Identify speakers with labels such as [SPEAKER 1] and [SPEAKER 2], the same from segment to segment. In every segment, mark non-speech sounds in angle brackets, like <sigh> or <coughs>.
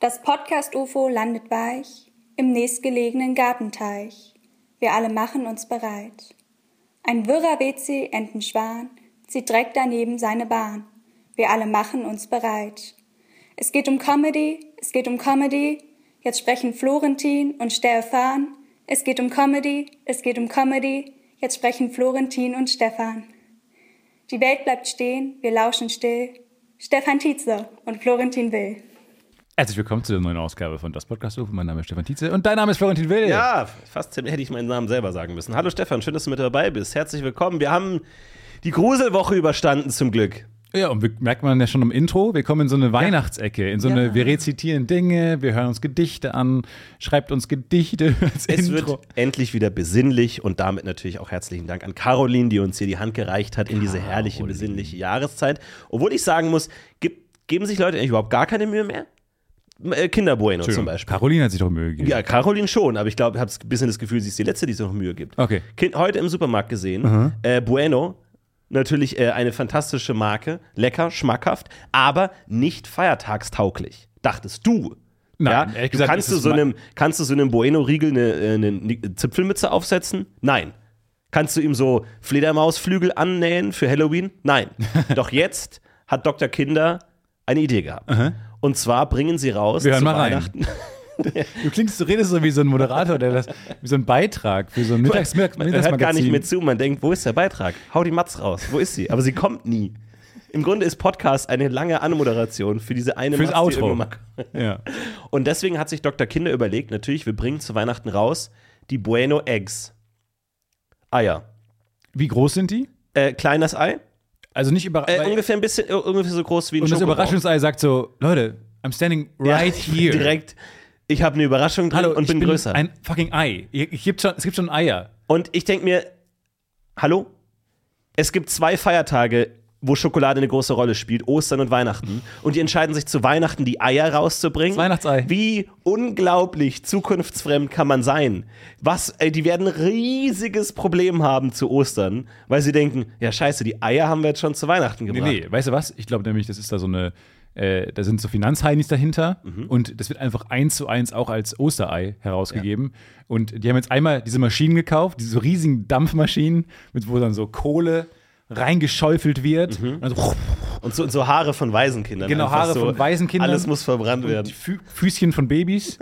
[SPEAKER 1] Das Podcast-UFO landet weich im nächstgelegenen Gartenteich. Wir alle machen uns bereit. Ein wirrer WC-Entenschwan zieht direkt daneben seine Bahn. Wir alle machen uns bereit. Es geht um Comedy, es geht um Comedy. Jetzt sprechen Florentin und Stefan. Es geht um Comedy, es geht um Comedy. Jetzt sprechen Florentin und Stefan. Die Welt bleibt stehen, wir lauschen still. Stefan Tietze und Florentin Will.
[SPEAKER 2] Herzlich willkommen zu der neuen Ausgabe von Das Podcast UFO. Mein Name ist Stefan Tietze und dein Name ist Florentin Will.
[SPEAKER 3] Ja, fast hätte ich meinen Namen selber sagen müssen. Hallo Stefan, schön, dass du mit dabei bist. Herzlich willkommen. Wir haben die Gruselwoche überstanden zum Glück.
[SPEAKER 2] Ja, und wir- merkt man ja schon im Intro, wir kommen in so eine Weihnachtsecke, in so eine, wir rezitieren Dinge, wir hören uns Gedichte an, schreibt uns Gedichte <laughs> als
[SPEAKER 3] Es
[SPEAKER 2] Intro.
[SPEAKER 3] wird endlich wieder besinnlich und damit natürlich auch herzlichen Dank an Caroline, die uns hier die Hand gereicht hat in diese herrliche, besinnliche Jahreszeit. Obwohl ich sagen muss, gibt, geben sich Leute eigentlich überhaupt gar keine Mühe mehr? Äh, Kinder Bueno zum Beispiel.
[SPEAKER 2] Caroline hat sich doch Mühe gegeben.
[SPEAKER 3] Ja, Caroline schon, aber ich glaube, ich habe ein bisschen das Gefühl, sie ist die Letzte, die sich noch Mühe gibt.
[SPEAKER 2] Okay.
[SPEAKER 3] Kind, heute im Supermarkt gesehen, äh, Bueno, natürlich äh, eine fantastische Marke, lecker, schmackhaft, aber nicht feiertagstauglich, dachtest du.
[SPEAKER 2] Nein,
[SPEAKER 3] ja?
[SPEAKER 2] ehrlich
[SPEAKER 3] du
[SPEAKER 2] gesagt
[SPEAKER 3] kannst,
[SPEAKER 2] ist
[SPEAKER 3] du
[SPEAKER 2] es
[SPEAKER 3] so
[SPEAKER 2] mein-
[SPEAKER 3] einem, kannst du so einem Bueno-Riegel eine, äh, eine Ni- Zipfelmütze aufsetzen? Nein. Kannst du ihm so Fledermausflügel annähen für Halloween?
[SPEAKER 2] <laughs>
[SPEAKER 3] Nein. Doch jetzt hat Dr. Kinder eine Idee gehabt. Und zwar bringen sie raus
[SPEAKER 2] Wir hören
[SPEAKER 3] zu
[SPEAKER 2] mal rein.
[SPEAKER 3] Weihnachten
[SPEAKER 2] <laughs> Du klingst, du redest so wie so ein Moderator, der das, wie so ein Beitrag für so ein Mittags Mittags
[SPEAKER 3] Man hört gar nicht
[SPEAKER 2] Mittagsmagazin.
[SPEAKER 3] mehr zu. Man denkt, wo ist der Beitrag? Hau die Matz raus. Wo ist sie? Aber sie kommt nie. Im Grunde ist Podcast eine lange Anmoderation für diese eine
[SPEAKER 2] Fürs
[SPEAKER 3] Matz, die
[SPEAKER 2] Outro.
[SPEAKER 3] irgendwann mal-
[SPEAKER 2] Ja.
[SPEAKER 3] Und deswegen hat sich Dr. Kinder überlegt, natürlich, wir bringen zu Weihnachten raus die Bueno Eggs. Eier.
[SPEAKER 2] Wie groß sind die?
[SPEAKER 3] Äh, kleines Ei?
[SPEAKER 2] Also nicht über.
[SPEAKER 3] Äh,
[SPEAKER 2] weil-
[SPEAKER 3] ungefähr ein bisschen, äh, ungefähr so groß wie ein
[SPEAKER 2] und das
[SPEAKER 3] Schokobon.
[SPEAKER 2] Überraschungsei sagt so, Leute, I'm standing
[SPEAKER 3] Ja,
[SPEAKER 2] right here.
[SPEAKER 3] <laughs> Direkt. Ich habe eine Überraschung drin
[SPEAKER 2] Hallo,
[SPEAKER 3] und
[SPEAKER 2] ich
[SPEAKER 3] bin,
[SPEAKER 2] bin
[SPEAKER 3] größer.
[SPEAKER 2] Ein fucking Ei. Ich, ich gibt schon, es gibt schon Eier.
[SPEAKER 3] Und ich denke mir, hallo? Es gibt zwei Feiertage, wo Schokolade eine große Rolle spielt, Ostern und Weihnachten. Und die entscheiden sich zu Weihnachten, die Eier rauszubringen.
[SPEAKER 2] Das Weihnachtsei.
[SPEAKER 3] Wie unglaublich zukunftsfremd kann man sein? Was, ey, die werden ein riesiges Problem haben zu Ostern, weil sie denken, ja scheiße, die Eier haben wir jetzt schon zu Weihnachten
[SPEAKER 2] Nee,
[SPEAKER 3] gebracht.
[SPEAKER 2] nee, weißt du was? Ich glaube nämlich, das ist da so eine, äh, da sind so Finanzheinis dahinter
[SPEAKER 3] Mhm.
[SPEAKER 2] und das wird einfach eins zu eins auch als Osterei herausgegeben. Und die haben jetzt einmal diese Maschinen gekauft, diese so riesigen Dampfmaschinen, mit wo dann so Kohle reingeschäufelt wird.
[SPEAKER 3] Mhm.
[SPEAKER 2] Und dann so, <laughs>
[SPEAKER 3] Und so, so Haare von Waisenkindern.
[SPEAKER 2] Genau,
[SPEAKER 3] einfach
[SPEAKER 2] Haare
[SPEAKER 3] so,
[SPEAKER 2] von Waisenkindern.
[SPEAKER 3] Alles muss verbrannt werden.
[SPEAKER 2] die Fü Füßchen von
[SPEAKER 3] <laughs>
[SPEAKER 2] Babys.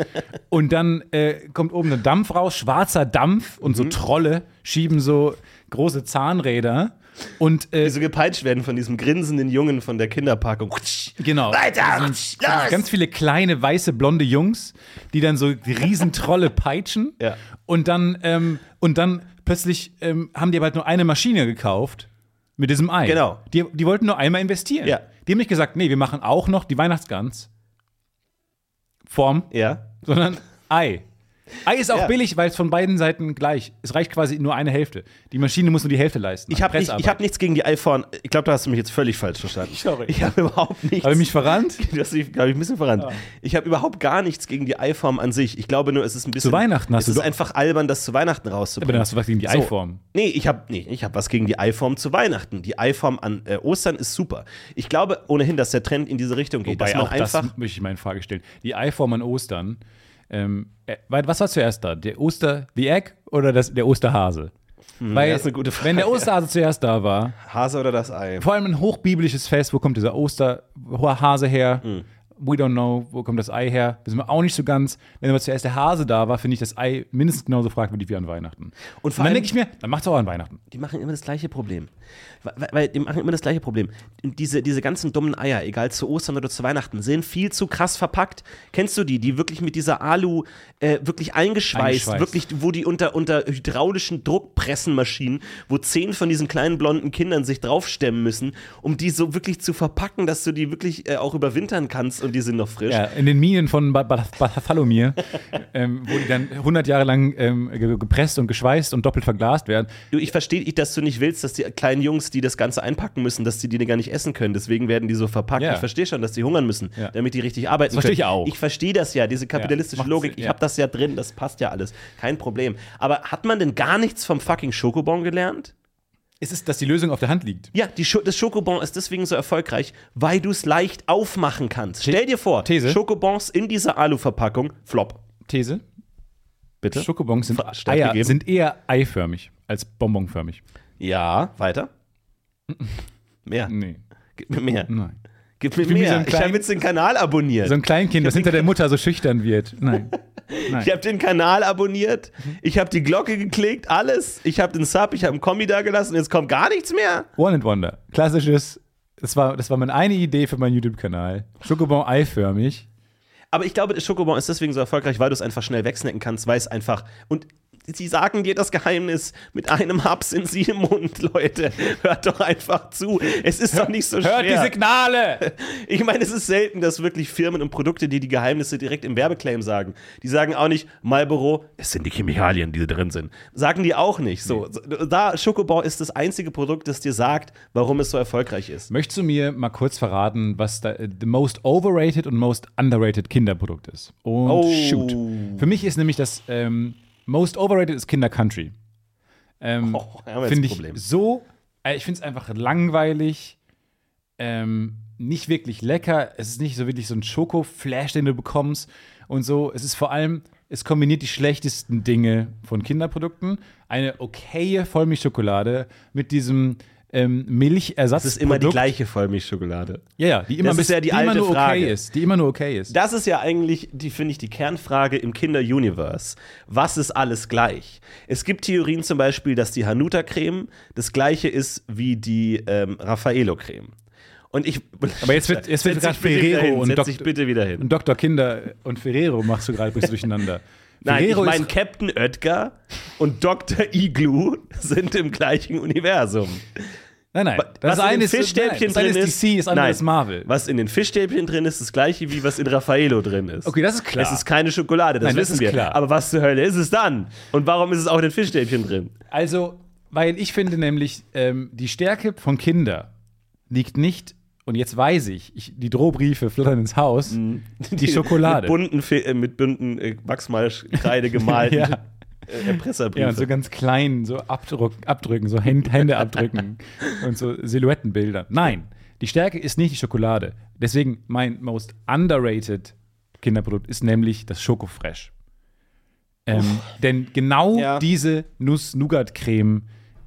[SPEAKER 2] und dann äh, kommt oben ein Dampf raus, schwarzer Dampf und
[SPEAKER 3] Mhm.
[SPEAKER 2] so Trolle schieben so große Zahnräder. Und äh,
[SPEAKER 3] Die so gepeitscht werden von diesem grinsenden Jungen von der Kinderparkung.
[SPEAKER 2] Genau.
[SPEAKER 3] Weiter!
[SPEAKER 2] Das
[SPEAKER 3] Los!
[SPEAKER 2] sind Ganz viele kleine, weiße, blonde Jungs, die dann so
[SPEAKER 3] <laughs>
[SPEAKER 2] Riesentrolle peitschen.
[SPEAKER 3] Ja.
[SPEAKER 2] Und dann, ähm, und dann plötzlich ähm, haben die aber halt nur eine Maschine gekauft mit diesem Ei.
[SPEAKER 3] Genau.
[SPEAKER 2] Die, die wollten nur einmal investieren.
[SPEAKER 3] Ja.
[SPEAKER 2] Die haben nicht gesagt, nee, wir machen auch noch die Weihnachtsgans. Form,
[SPEAKER 3] Ja.
[SPEAKER 2] sondern Ei. Ei ist auch
[SPEAKER 3] Ja.
[SPEAKER 2] billig, weil es von beiden Seiten gleich. Es reicht quasi nur eine Hälfte. Die Maschine muss nur die Hälfte leisten.
[SPEAKER 3] Ich habe ich, ich
[SPEAKER 2] Pressarbeit.
[SPEAKER 3] hab nichts gegen die iPhone. Ich glaube, da hast du mich jetzt völlig falsch verstanden.
[SPEAKER 2] Sorry.
[SPEAKER 3] Ich habe überhaupt nichts.
[SPEAKER 2] Habe ich mich
[SPEAKER 3] <laughs>
[SPEAKER 2] verrannt?
[SPEAKER 3] du hast mich, glaube ich, ein bisschen verrannt. Ich habe überhaupt gar nichts gegen die iPhone an sich. Ich glaube nur, es ist ein bisschen.
[SPEAKER 2] Weihnachten hast
[SPEAKER 3] Es
[SPEAKER 2] du
[SPEAKER 3] ist
[SPEAKER 2] doch-
[SPEAKER 3] einfach albern, das zu Weihnachten rauszubringen.
[SPEAKER 2] Aber dann hast du was gegen die
[SPEAKER 3] So.
[SPEAKER 2] Eiform.
[SPEAKER 3] Nee, ich habe nee, ich hab was gegen die Eiform zu Weihnachten. Die Eiform an äh, Ostern ist super. Ich glaube ohnehin, dass der Trend in diese Richtung geht.
[SPEAKER 2] Wobei
[SPEAKER 3] dass man
[SPEAKER 2] auch
[SPEAKER 3] einfach.
[SPEAKER 2] das möchte ich mal in Frage stellen. Die Eiform an Ostern. Ähm, äh, weil- was war zuerst da? Der Oster, the Egg oder das, der Osterhase? weil,
[SPEAKER 3] Hm, das ist eine gute Frage.
[SPEAKER 2] Wenn der Osterhase zuerst da war,
[SPEAKER 3] Hase oder das Ei?
[SPEAKER 2] vor allem ein hochbiblisches Fest, wo kommt dieser Osterhase her?
[SPEAKER 3] Hm.
[SPEAKER 2] We don't know, wo kommt das Ei her? Wissen wir auch nicht so ganz. Wenn aber zuerst der Hase da war, finde ich das Ei mindestens genauso fragwürdig wie an Weihnachten.
[SPEAKER 3] Und vor
[SPEAKER 2] dann
[SPEAKER 3] allem-
[SPEAKER 2] denke ich mir, dann macht's auch an Weihnachten.
[SPEAKER 3] Die machen immer das gleiche Problem. Weil, weil die machen immer das gleiche Problem. Diese, diese ganzen dummen Eier, egal zu Ostern oder zu Weihnachten, sind viel zu krass verpackt. Kennst du die, die wirklich mit dieser Alu äh, wirklich eingeschweißt,
[SPEAKER 2] Eingeschweißt.
[SPEAKER 3] wirklich, wo die unter, unter hydraulischen Druckpressenmaschinen, wo zehn von diesen kleinen blonden Kindern sich draufstemmen müssen, um die so wirklich zu verpacken, dass du die wirklich äh, auch überwintern kannst und die sind noch frisch.
[SPEAKER 2] Ja, in den Minen von Ba- Ba-
[SPEAKER 3] <laughs>
[SPEAKER 2] Bartholomew, ähm, wo die dann 100 Jahre lang ähm, ge- gepresst und geschweißt und doppelt verglast werden.
[SPEAKER 3] Du, ich verstehe, dass du nicht willst, dass die kleinen Jungs, die das Ganze einpacken müssen, dass die die gar nicht essen können. Deswegen werden die so verpackt.
[SPEAKER 2] Ja.
[SPEAKER 3] Ich verstehe schon, dass die hungern müssen,
[SPEAKER 2] Ja.
[SPEAKER 3] damit die richtig arbeiten
[SPEAKER 2] Das verstehe
[SPEAKER 3] können.
[SPEAKER 2] ich auch.
[SPEAKER 3] Ich verstehe das ja, diese kapitalistische
[SPEAKER 2] macht
[SPEAKER 3] Logik.
[SPEAKER 2] Sinn,
[SPEAKER 3] Ich
[SPEAKER 2] ja.
[SPEAKER 3] habe das ja drin, das passt ja alles. Kein Problem. Aber hat man denn gar nichts vom fucking Schokobon gelernt?
[SPEAKER 2] Es ist, dass die Lösung auf der Hand liegt.
[SPEAKER 3] Ja, die Scho das Schokobon ist deswegen so erfolgreich, weil du es leicht aufmachen kannst. Stell dir vor,
[SPEAKER 2] These.
[SPEAKER 3] Schokobons in dieser Alu-Verpackung, flop.
[SPEAKER 2] These:
[SPEAKER 3] Bitte?
[SPEAKER 2] Schokobons sind,
[SPEAKER 3] Stark
[SPEAKER 2] Eier,
[SPEAKER 3] gegeben.
[SPEAKER 2] sind eher eiförmig als bonbonförmig.
[SPEAKER 3] ja, weiter. Mehr.
[SPEAKER 2] Nee.
[SPEAKER 3] Gib mir mehr.
[SPEAKER 2] Nein.
[SPEAKER 3] Gib mir
[SPEAKER 2] bin wie
[SPEAKER 3] mehr.
[SPEAKER 2] so ein
[SPEAKER 3] ich habe
[SPEAKER 2] klein-
[SPEAKER 3] jetzt den Kanal abonniert.
[SPEAKER 2] So ein Kleinkind, das hinter der Mutter so schüchtern wird. Nein.
[SPEAKER 3] ich habe den Kanal abonniert. Ich habe die Glocke geklickt, alles. Ich habe den Sub, ich habe einen Kommi da gelassen. Jetzt kommt gar nichts mehr.
[SPEAKER 2] One and Wonder. Klassisches. Das war, das war meine eine Idee für meinen YouTube-Kanal. Schokobon eiförmig.
[SPEAKER 3] Aber ich glaube, der Schokobon ist deswegen so erfolgreich, weil du es einfach schnell wegsnacken kannst, weil es einfach. Und sie sagen dir das Geheimnis: mit einem Hub sind sie im Mund, <laughs> Leute. Hört doch einfach zu. Es ist doch nicht so
[SPEAKER 2] Hört die
[SPEAKER 3] schwer.
[SPEAKER 2] Signale!
[SPEAKER 3] Ich meine, es ist selten, dass wirklich Firmen und Produkte, die die Geheimnisse direkt im Werbeclaim sagen, die sagen auch nicht, Marlboro, es sind die Chemikalien, die drin sind. Sagen die auch nicht. So, so, da Schokobon ist das einzige Produkt, das dir sagt, warum es so erfolgreich ist.
[SPEAKER 2] Möchtest du mir mal kurz verraten, was da, äh, the most overrated und most underrated Kinderprodukt ist? Und
[SPEAKER 3] Oh.
[SPEAKER 2] shoot. Für mich ist nämlich das ähm, most overrated ist Kinder Country. Ähm,
[SPEAKER 3] Oh, haben wir jetzt
[SPEAKER 2] finde
[SPEAKER 3] ein
[SPEAKER 2] ich
[SPEAKER 3] Problem.
[SPEAKER 2] so, äh, ich finde es einfach langweilig, ähm, nicht wirklich lecker. Es ist nicht so wirklich so ein Schoko-Flash, den du bekommst und so. Es ist vor allem, es kombiniert die schlechtesten Dinge von Kinderprodukten. Eine okaye Vollmilchschokolade mit diesem ähm, Milchersatzprodukt.
[SPEAKER 3] Es ist immer die gleiche Vollmilchschokolade.
[SPEAKER 2] Ja, ja, die immer,
[SPEAKER 3] Das
[SPEAKER 2] bis,
[SPEAKER 3] ist ja die
[SPEAKER 2] immer
[SPEAKER 3] alte
[SPEAKER 2] nur
[SPEAKER 3] Frage.
[SPEAKER 2] okay ist. Die immer nur okay ist.
[SPEAKER 3] Das ist ja eigentlich, die finde ich, die Kernfrage im Kinder-Universe. Was ist alles gleich? Es gibt Theorien zum Beispiel, dass die Hanuta-Creme das gleiche ist wie die ähm, Raffaello-Creme. Und ich.
[SPEAKER 2] <laughs> Aber jetzt wird- jetzt wird
[SPEAKER 3] Setz
[SPEAKER 2] gerade
[SPEAKER 3] dich bitte wieder
[SPEAKER 2] Ferrero
[SPEAKER 3] hin,
[SPEAKER 2] und
[SPEAKER 3] Setz
[SPEAKER 2] Dok-
[SPEAKER 3] dich bitte wieder hin.
[SPEAKER 2] und Dr. Kinder und Ferrero machst du gerade <laughs> bis durcheinander.
[SPEAKER 3] Nein, ich
[SPEAKER 2] Ferrero
[SPEAKER 3] meine,
[SPEAKER 2] ist,
[SPEAKER 3] Captain Oetker und Dr. Igloo sind im gleichen Universum.
[SPEAKER 2] nein, nein. Das
[SPEAKER 3] was in
[SPEAKER 2] eine
[SPEAKER 3] den
[SPEAKER 2] ist, nein,
[SPEAKER 3] Fischstäbchen
[SPEAKER 2] das eine
[SPEAKER 3] drin
[SPEAKER 2] ist DC, das andere
[SPEAKER 3] nein,
[SPEAKER 2] ist Marvel.
[SPEAKER 3] Was in den Fischstäbchen drin ist, das gleiche wie was in Raffaello drin ist.
[SPEAKER 2] Okay, das ist klar.
[SPEAKER 3] Es ist keine Schokolade, das
[SPEAKER 2] Nein, das
[SPEAKER 3] wissen
[SPEAKER 2] ist
[SPEAKER 3] wir.
[SPEAKER 2] klar.
[SPEAKER 3] Aber was zur Hölle ist es dann? Und warum ist es auch in den Fischstäbchen drin?
[SPEAKER 2] Also, weil ich finde nämlich, ähm, die Stärke von Kinder liegt nicht, und jetzt weiß ich, ich die Drohbriefe flattern ins Haus,
[SPEAKER 3] Mhm. <laughs>
[SPEAKER 2] die Schokolade.
[SPEAKER 3] Mit bunten, Fe- äh, mit bunten äh,
[SPEAKER 2] <laughs>
[SPEAKER 3] Wachsmalkreide gemalten
[SPEAKER 2] ja.
[SPEAKER 3] äh, Erpresserbriefe.
[SPEAKER 2] ja, und so ganz klein, so Abdruck, abdrücken, so Händ, Hände abdrücken und so Silhouettenbilder. Nein, die Stärke ist nicht die Schokolade. Deswegen mein most underrated Kinderprodukt ist nämlich das Schokofresh. Ähm, denn genau
[SPEAKER 3] Ja.
[SPEAKER 2] diese Nuss-Nougat-Creme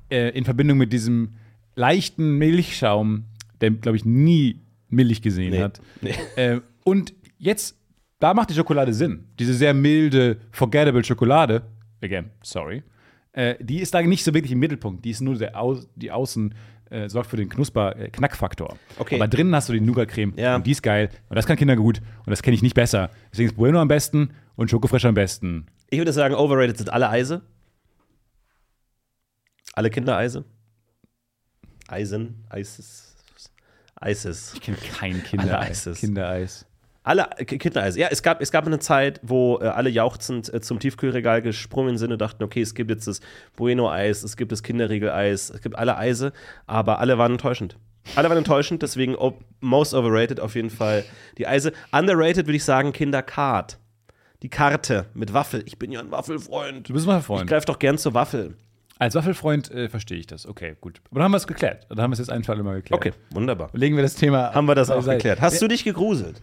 [SPEAKER 2] äh, in Verbindung mit diesem leichten Milchschaum, der, glaube ich, nie Milch gesehen
[SPEAKER 3] Nee.
[SPEAKER 2] hat.
[SPEAKER 3] Nee.
[SPEAKER 2] Äh, und jetzt, da macht die Schokolade Sinn. Diese sehr milde, forgettable Schokolade, again, sorry, äh, die ist da nicht so wirklich im Mittelpunkt. Die ist nur der Au die Außen. Äh, sorgt für den Knusper-Knackfaktor.
[SPEAKER 3] Okay.
[SPEAKER 2] Aber drinnen hast du die Nougat-Creme
[SPEAKER 3] Ja.
[SPEAKER 2] und die ist geil und das kann Kinder gut und das kenne ich nicht besser. Deswegen ist Bueno am besten und Schokofresh am besten.
[SPEAKER 3] Ich würde sagen, overrated sind alle Eise. Alle Kindereise. Eisen, Eises. Eises.
[SPEAKER 2] Ich kenne kein Kindereis.
[SPEAKER 3] Alle Eises.
[SPEAKER 2] Kindereis.
[SPEAKER 3] Alle K- Kindereise. Ja, es gab, es gab eine Zeit, wo äh, alle jauchzend äh, zum Tiefkühlregal gesprungen sind und dachten, okay, es gibt jetzt das Bueno-Eis, es gibt das Kinderriegel-Eis, es gibt alle Eise, aber alle waren enttäuschend. Alle waren enttäuschend, deswegen ob, most overrated auf jeden Fall die Eise. Underrated würde ich sagen Kinderkart. Die Karte mit Waffel. Ich bin ja ein Waffelfreund.
[SPEAKER 2] Du bist mein
[SPEAKER 3] Ich
[SPEAKER 2] Freund.
[SPEAKER 3] greife doch gern zur Waffel.
[SPEAKER 2] Als Waffelfreund äh, verstehe ich das. Okay, gut. Aber dann haben wir es geklärt. Dann haben wir es jetzt einen für alle Mal geklärt.
[SPEAKER 3] Okay, wunderbar.
[SPEAKER 2] Legen wir das Thema.
[SPEAKER 3] Haben wir das auch
[SPEAKER 2] beiseite.
[SPEAKER 3] geklärt. Hast du dich gegruselt?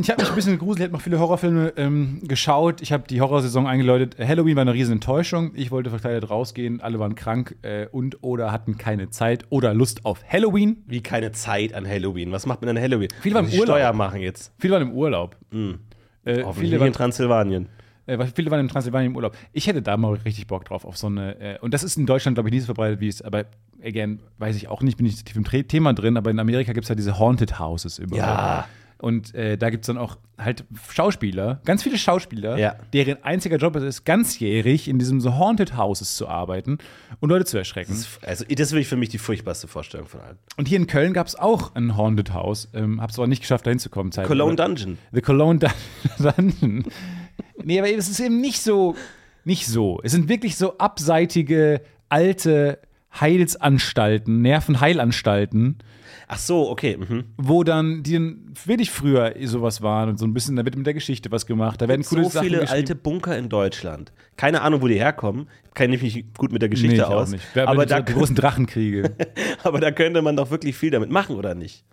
[SPEAKER 2] Ich habe mich ein bisschen gegruselt, ich habe noch viele Horrorfilme ähm, geschaut. Ich habe die Horrorsaison eingeläutet. Halloween war eine riesen Enttäuschung. Ich wollte verkleidet rausgehen. Alle waren krank äh, und oder hatten keine Zeit oder Lust auf Halloween.
[SPEAKER 3] Wie keine Zeit an Halloween. Was macht man an Halloween?
[SPEAKER 2] Viele waren
[SPEAKER 3] Muss
[SPEAKER 2] im
[SPEAKER 3] ich
[SPEAKER 2] Urlaub.
[SPEAKER 3] Steuer machen jetzt.
[SPEAKER 2] Viele waren im Urlaub.
[SPEAKER 3] Hm.
[SPEAKER 2] Äh,
[SPEAKER 3] Hoffentlich
[SPEAKER 2] viele
[SPEAKER 3] nicht in
[SPEAKER 2] waren
[SPEAKER 3] Transsilvanien.
[SPEAKER 2] Äh, weil viele waren in Transsilvanien im Urlaub. Ich hätte da mal richtig Bock drauf, auf so eine. Äh, und das ist in Deutschland, glaube ich, nicht so verbreitet wie es, aber again, weiß ich auch nicht, bin nicht so tief im Tre- Thema drin, aber in Amerika gibt es ja diese Haunted Houses überall.
[SPEAKER 3] Ja.
[SPEAKER 2] Und äh, da gibt es dann auch halt Schauspieler, ganz viele Schauspieler,
[SPEAKER 3] Ja.
[SPEAKER 2] deren einziger Job es ist, ganzjährig in diesem so Haunted Houses zu arbeiten und Leute zu erschrecken.
[SPEAKER 3] Also, das ist für mich die furchtbarste Vorstellung von allen.
[SPEAKER 2] Und hier in Köln gab es auch ein Haunted House. Ähm, hab's aber nicht geschafft, da hinzukommen. zeitlich.
[SPEAKER 3] Cologne
[SPEAKER 2] Aber-
[SPEAKER 3] Dungeon.
[SPEAKER 2] The Cologne <laughs> Dun- Dungeon. nee, aber es ist eben nicht so, nicht so. Es sind wirklich so abseitige, alte Heilsanstalten, Nervenheilanstalten,
[SPEAKER 3] Ach so, okay. Mhm.
[SPEAKER 2] wo dann, die dann wirklich früher sowas waren und so ein bisschen, da wird mit der Geschichte was gemacht. Da werden coole
[SPEAKER 3] so
[SPEAKER 2] Sachen
[SPEAKER 3] viele
[SPEAKER 2] geschrieben.
[SPEAKER 3] alte Bunker in Deutschland. Keine Ahnung, wo die herkommen. Kenne ich mich gut mit der Geschichte
[SPEAKER 2] nee, ich
[SPEAKER 3] aus.
[SPEAKER 2] Auch nicht. Da
[SPEAKER 3] Aber,
[SPEAKER 2] aber
[SPEAKER 3] da, <laughs>
[SPEAKER 2] die großen Drachenkriege.
[SPEAKER 3] aber da könnte man doch wirklich viel damit machen, oder nicht?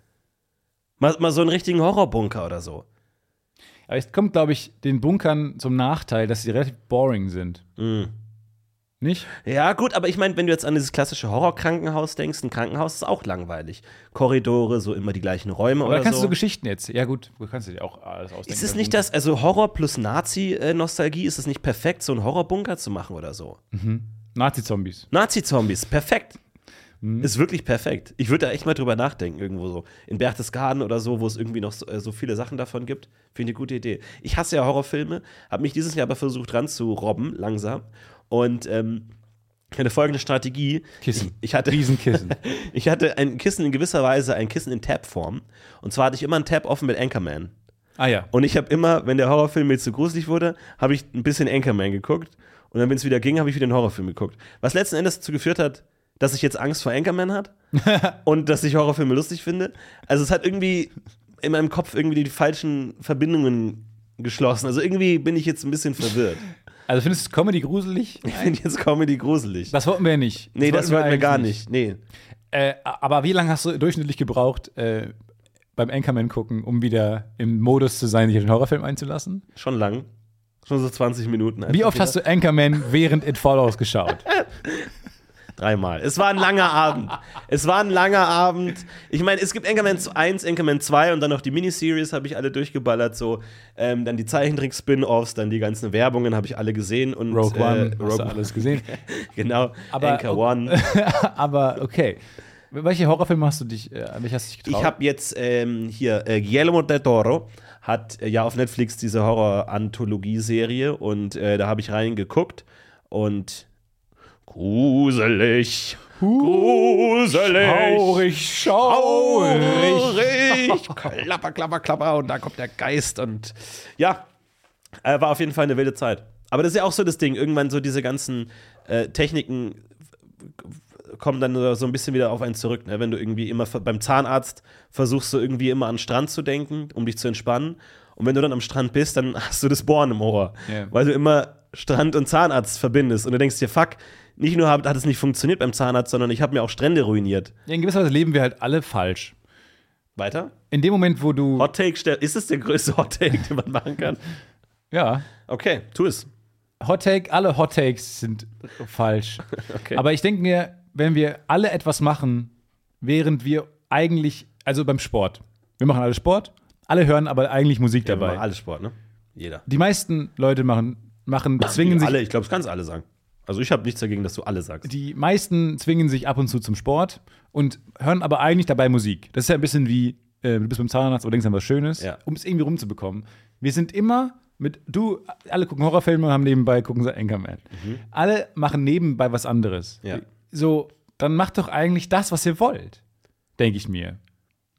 [SPEAKER 3] Mal, mal so einen richtigen Horrorbunker oder so.
[SPEAKER 2] aber es kommt, glaube ich, den Bunkern zum Nachteil, dass sie relativ boring sind.
[SPEAKER 3] Mm.
[SPEAKER 2] Nicht?
[SPEAKER 3] Ja, gut, aber ich meine, wenn du jetzt an dieses klassische Horrorkrankenhaus denkst, ein Krankenhaus ist auch langweilig. Korridore, so immer die gleichen Räume
[SPEAKER 2] Aber da
[SPEAKER 3] oder
[SPEAKER 2] kannst
[SPEAKER 3] so.
[SPEAKER 2] du so Geschichten jetzt. Ja, gut, du kannst dir auch alles ausdenken.
[SPEAKER 3] ist es nicht das, also Horror plus Nazi-Nostalgie, ist es nicht perfekt, so einen Horrorbunker zu machen oder so?
[SPEAKER 2] Nazi-Zombies.
[SPEAKER 3] Nazi-Zombies, perfekt. Ist wirklich perfekt. Ich würde da echt mal drüber nachdenken, irgendwo so. In Berchtesgaden oder so, wo es irgendwie noch so, äh, so viele Sachen davon gibt. Finde ich eine gute Idee. Ich hasse ja Horrorfilme, habe mich dieses Jahr aber versucht ranzurobben, langsam. Und ähm, ich hatte folgende Strategie.
[SPEAKER 2] Kissen.
[SPEAKER 3] Ich, ich hatte, <laughs>
[SPEAKER 2] Riesenkissen.
[SPEAKER 3] ich hatte ein Kissen in gewisser Weise, ein Kissen in Tab-Form. Und zwar hatte ich immer einen Tab offen mit Anchorman.
[SPEAKER 2] <laughs> ah ja.
[SPEAKER 3] Und ich habe immer, wenn der Horrorfilm mir zu gruselig wurde, habe ich ein bisschen Anchorman geguckt. Und dann, wenn es wieder ging, habe ich wieder einen Horrorfilm geguckt. Was letzten Endes dazu geführt hat, dass ich jetzt Angst vor Anchorman
[SPEAKER 2] <laughs>
[SPEAKER 3] hat und dass ich Horrorfilme lustig finde. Also es hat irgendwie in meinem Kopf irgendwie die falschen Verbindungen geschlossen. Also irgendwie bin ich jetzt ein
[SPEAKER 2] <laughs>
[SPEAKER 3] bisschen verwirrt.
[SPEAKER 2] Also findest du Comedy gruselig?
[SPEAKER 3] Ich finde jetzt Comedy gruselig.
[SPEAKER 2] Das wollten wir ja nicht.
[SPEAKER 3] Nee, das wollten wir
[SPEAKER 2] eigentlich
[SPEAKER 3] gar nicht. Nee.
[SPEAKER 2] Äh, aber wie lange hast du durchschnittlich gebraucht äh, beim Anchorman gucken, um wieder im Modus zu sein, dich auf den Horrorfilm einzulassen?
[SPEAKER 3] Schon lang. Schon so 20 Minuten.
[SPEAKER 2] Wie oft hast du Anchorman während It Follows geschaut?
[SPEAKER 3] Dreimal. Es war ein langer Abend. Es war ein langer Abend. Ich meine, es gibt Anchorman 1, Anchorman 2 und dann noch die Miniseries habe ich alle durchgeballert. So, ähm, dann die Zeichentrick-Spin-Offs, dann die ganzen Werbungen habe ich alle gesehen. Und,
[SPEAKER 2] Rogue One,
[SPEAKER 3] äh,
[SPEAKER 2] hast du
[SPEAKER 3] <laughs> Rogue
[SPEAKER 2] alles gesehen.
[SPEAKER 3] <laughs> Genau,
[SPEAKER 2] Aber-
[SPEAKER 3] Anchor One.
[SPEAKER 2] <laughs> aber okay. Welche Horrorfilme hast du dich, äh, an welche hast du dich getraut?
[SPEAKER 3] Ich habe jetzt ähm, hier äh, Guillermo del Toro hat äh, ja auf Netflix diese Horror-Anthologie-Serie und äh, da habe ich reingeguckt und gruselig, gruselig,
[SPEAKER 2] Oh, traurig, schaurig.
[SPEAKER 3] traurig, <laughs> klapper, klapper, klapper und da kommt der Geist und ja, äh, war auf jeden Fall eine wilde Zeit. Aber das ist ja auch so das Ding, irgendwann so diese ganzen äh, Techniken kommen dann so ein bisschen wieder auf einen zurück. Ne? Wenn du irgendwie immer ver- beim Zahnarzt versuchst, so irgendwie immer an den Strand zu denken, um dich zu entspannen. Und wenn du dann am Strand bist, dann <laughs> hast du das Bohren im Ohr.
[SPEAKER 2] Ja.
[SPEAKER 3] Weil du immer Strand und Zahnarzt verbindest. Und du denkst dir, fuck, nicht nur hat, hat es nicht funktioniert beim Zahnarzt, sondern ich habe mir auch Strände ruiniert.
[SPEAKER 2] Ja, in gewisser Weise leben wir halt alle falsch.
[SPEAKER 3] Weiter?
[SPEAKER 2] In dem Moment, wo du.
[SPEAKER 3] Hot Take, stell- ist es der größte Hot Take, den man machen kann?
[SPEAKER 2] Ja.
[SPEAKER 3] Okay, tu es.
[SPEAKER 2] Hot Take, alle Hot Takes
[SPEAKER 3] <laughs>
[SPEAKER 2] sind falsch.
[SPEAKER 3] Okay.
[SPEAKER 2] Aber ich denke mir, wenn wir alle etwas machen, während wir eigentlich, also beim Sport, wir machen alle Sport, alle hören aber eigentlich Musik
[SPEAKER 3] Wir
[SPEAKER 2] dabei.
[SPEAKER 3] machen alle Sport, ne? Jeder.
[SPEAKER 2] Die meisten Leute machen, machen zwingen sich,
[SPEAKER 3] alle, ich glaube, es kannst alle sagen. Also ich habe nichts dagegen, dass du alle sagst.
[SPEAKER 2] die meisten zwingen sich ab und zu zum Sport und hören aber eigentlich dabei Musik. Das ist ja ein bisschen wie, äh, du bist beim Zahnarzt oder denkst an was Schönes,
[SPEAKER 3] Ja.
[SPEAKER 2] um es irgendwie rumzubekommen. Wir sind immer mit, du, alle gucken Horrorfilme und haben nebenbei, gucken sie Anchorman. Alle machen nebenbei was anderes.
[SPEAKER 3] Mhm. Ja.
[SPEAKER 2] So, dann macht doch eigentlich das, was ihr wollt, denke ich mir.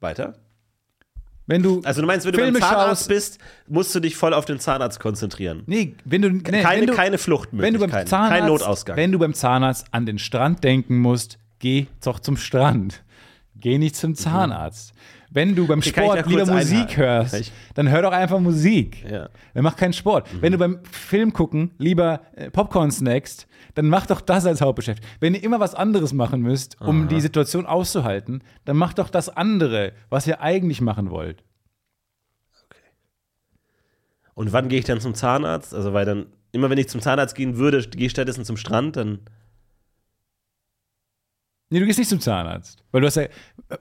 [SPEAKER 3] Weiter?
[SPEAKER 2] Wenn du
[SPEAKER 3] Also du meinst, wenn du
[SPEAKER 2] Filme
[SPEAKER 3] beim Zahnarzt
[SPEAKER 2] schaust,
[SPEAKER 3] bist, musst du dich voll auf den Zahnarzt konzentrieren.
[SPEAKER 2] nee, wenn du, nee,
[SPEAKER 3] keine,
[SPEAKER 2] wenn du,
[SPEAKER 3] keine Flucht
[SPEAKER 2] wenn du beim Zahnarzt,
[SPEAKER 3] kein Notausgang.
[SPEAKER 2] wenn du beim Zahnarzt an den Strand denken musst, geh doch zum Strand. Geh nicht zum Zahnarzt. Wenn du beim
[SPEAKER 3] Hier Mhm. kann ich
[SPEAKER 2] Sport
[SPEAKER 3] da
[SPEAKER 2] lieber
[SPEAKER 3] kurz
[SPEAKER 2] Musik
[SPEAKER 3] einhaken.
[SPEAKER 2] hörst,
[SPEAKER 3] Ich-
[SPEAKER 2] dann hör doch einfach Musik.
[SPEAKER 3] Ja. Mhm.
[SPEAKER 2] Dann mach keinen Sport. Wenn du beim Film gucken lieber äh, Popcorn snackst, dann mach doch das als Hauptbeschäftigung. Wenn ihr immer was anderes machen müsst, um die Situation auszuhalten, dann macht doch das andere, was ihr eigentlich machen wollt.
[SPEAKER 3] Und wann gehe ich dann zum Zahnarzt? Also weil dann immer wenn ich zum Zahnarzt gehen würde, gehe ich stattdessen zum Strand, dann
[SPEAKER 2] Nee, du gehst nicht zum Zahnarzt. Weil du hast ja,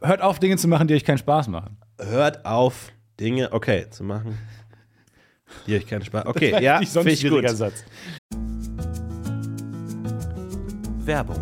[SPEAKER 2] hört auf, Dinge zu machen, die euch keinen Spaß machen.
[SPEAKER 3] hört auf Dinge okay zu machen. Hier ich keinen Spaß.
[SPEAKER 4] <laughs>
[SPEAKER 3] Okay,
[SPEAKER 2] war
[SPEAKER 3] ja,
[SPEAKER 2] nicht so ein
[SPEAKER 3] finde ich gut.
[SPEAKER 2] schwieriger Satz.
[SPEAKER 3] Werbung.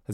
[SPEAKER 2] Da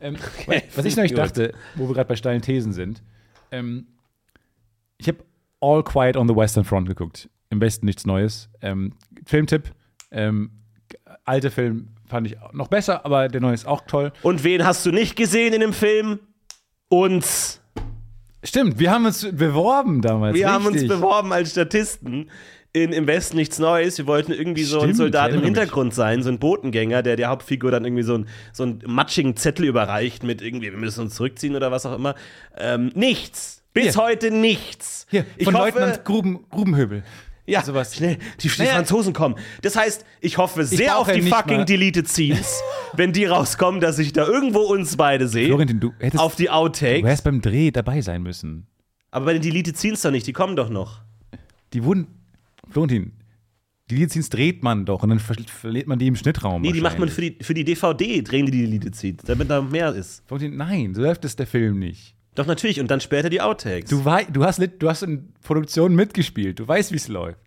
[SPEAKER 2] Ähm, weil- was ich nämlich
[SPEAKER 3] gut.
[SPEAKER 2] dachte, wo wir gerade bei steilen Thesen sind, ähm, ich habe All Quiet on the Western Front geguckt. Im Westen nichts Neues. Ähm, Filmtipp, ähm, g- alte Film fand ich noch besser, aber der neue ist auch toll.
[SPEAKER 3] Und wen hast du nicht gesehen in dem Film? Uns.
[SPEAKER 2] Stimmt, wir haben uns beworben damals.
[SPEAKER 3] Wir haben uns
[SPEAKER 2] richtig.
[SPEAKER 3] beworben als Statisten in Im Westen nichts Neues. Wir wollten irgendwie so ein
[SPEAKER 2] Stimmt,
[SPEAKER 3] Soldat
[SPEAKER 2] ich
[SPEAKER 3] im
[SPEAKER 2] erinnere mich.
[SPEAKER 3] Hintergrund sein, so ein Botengänger, der der Hauptfigur dann irgendwie so einen so einen matschigen Zettel überreicht mit irgendwie, wir müssen uns zurückziehen oder was auch immer. Ähm, nichts. Bis
[SPEAKER 2] Hier.
[SPEAKER 3] heute nichts.
[SPEAKER 2] Hier,
[SPEAKER 3] ich
[SPEAKER 2] von
[SPEAKER 3] hoffe,
[SPEAKER 2] Leutnant Gruben, Grubenhöbel.
[SPEAKER 3] ja,
[SPEAKER 2] sowas.
[SPEAKER 3] schnell, die, die
[SPEAKER 2] Naja.
[SPEAKER 3] Franzosen kommen. Das heißt, ich hoffe sehr auf
[SPEAKER 2] brauche
[SPEAKER 3] die
[SPEAKER 2] nicht
[SPEAKER 3] fucking
[SPEAKER 2] mal- <laughs>
[SPEAKER 3] Deleted Scenes, wenn die rauskommen, dass ich da irgendwo uns beide sehe.
[SPEAKER 2] Florentin, du hättest
[SPEAKER 3] Auf die
[SPEAKER 2] du
[SPEAKER 3] Outtakes.
[SPEAKER 2] hättest beim Dreh dabei sein müssen.
[SPEAKER 3] Aber bei den Deleted Scenes doch nicht, die kommen doch noch.
[SPEAKER 2] Die wurden. Florentin, die Lizenz dreht man doch und dann verl- verliert man die im Schnittraum.
[SPEAKER 3] Nee, die macht man
[SPEAKER 2] wahrscheinlich.
[SPEAKER 3] für die, für die DVD, drehen die die Deleted Scenes, damit da mehr ist.
[SPEAKER 2] Florentin, nein, so läuft es der Film nicht.
[SPEAKER 3] Doch natürlich, und dann später die Outtakes.
[SPEAKER 2] Du, wei du, hast lit du hast in Produktionen mitgespielt. Du weißt, wie es läuft.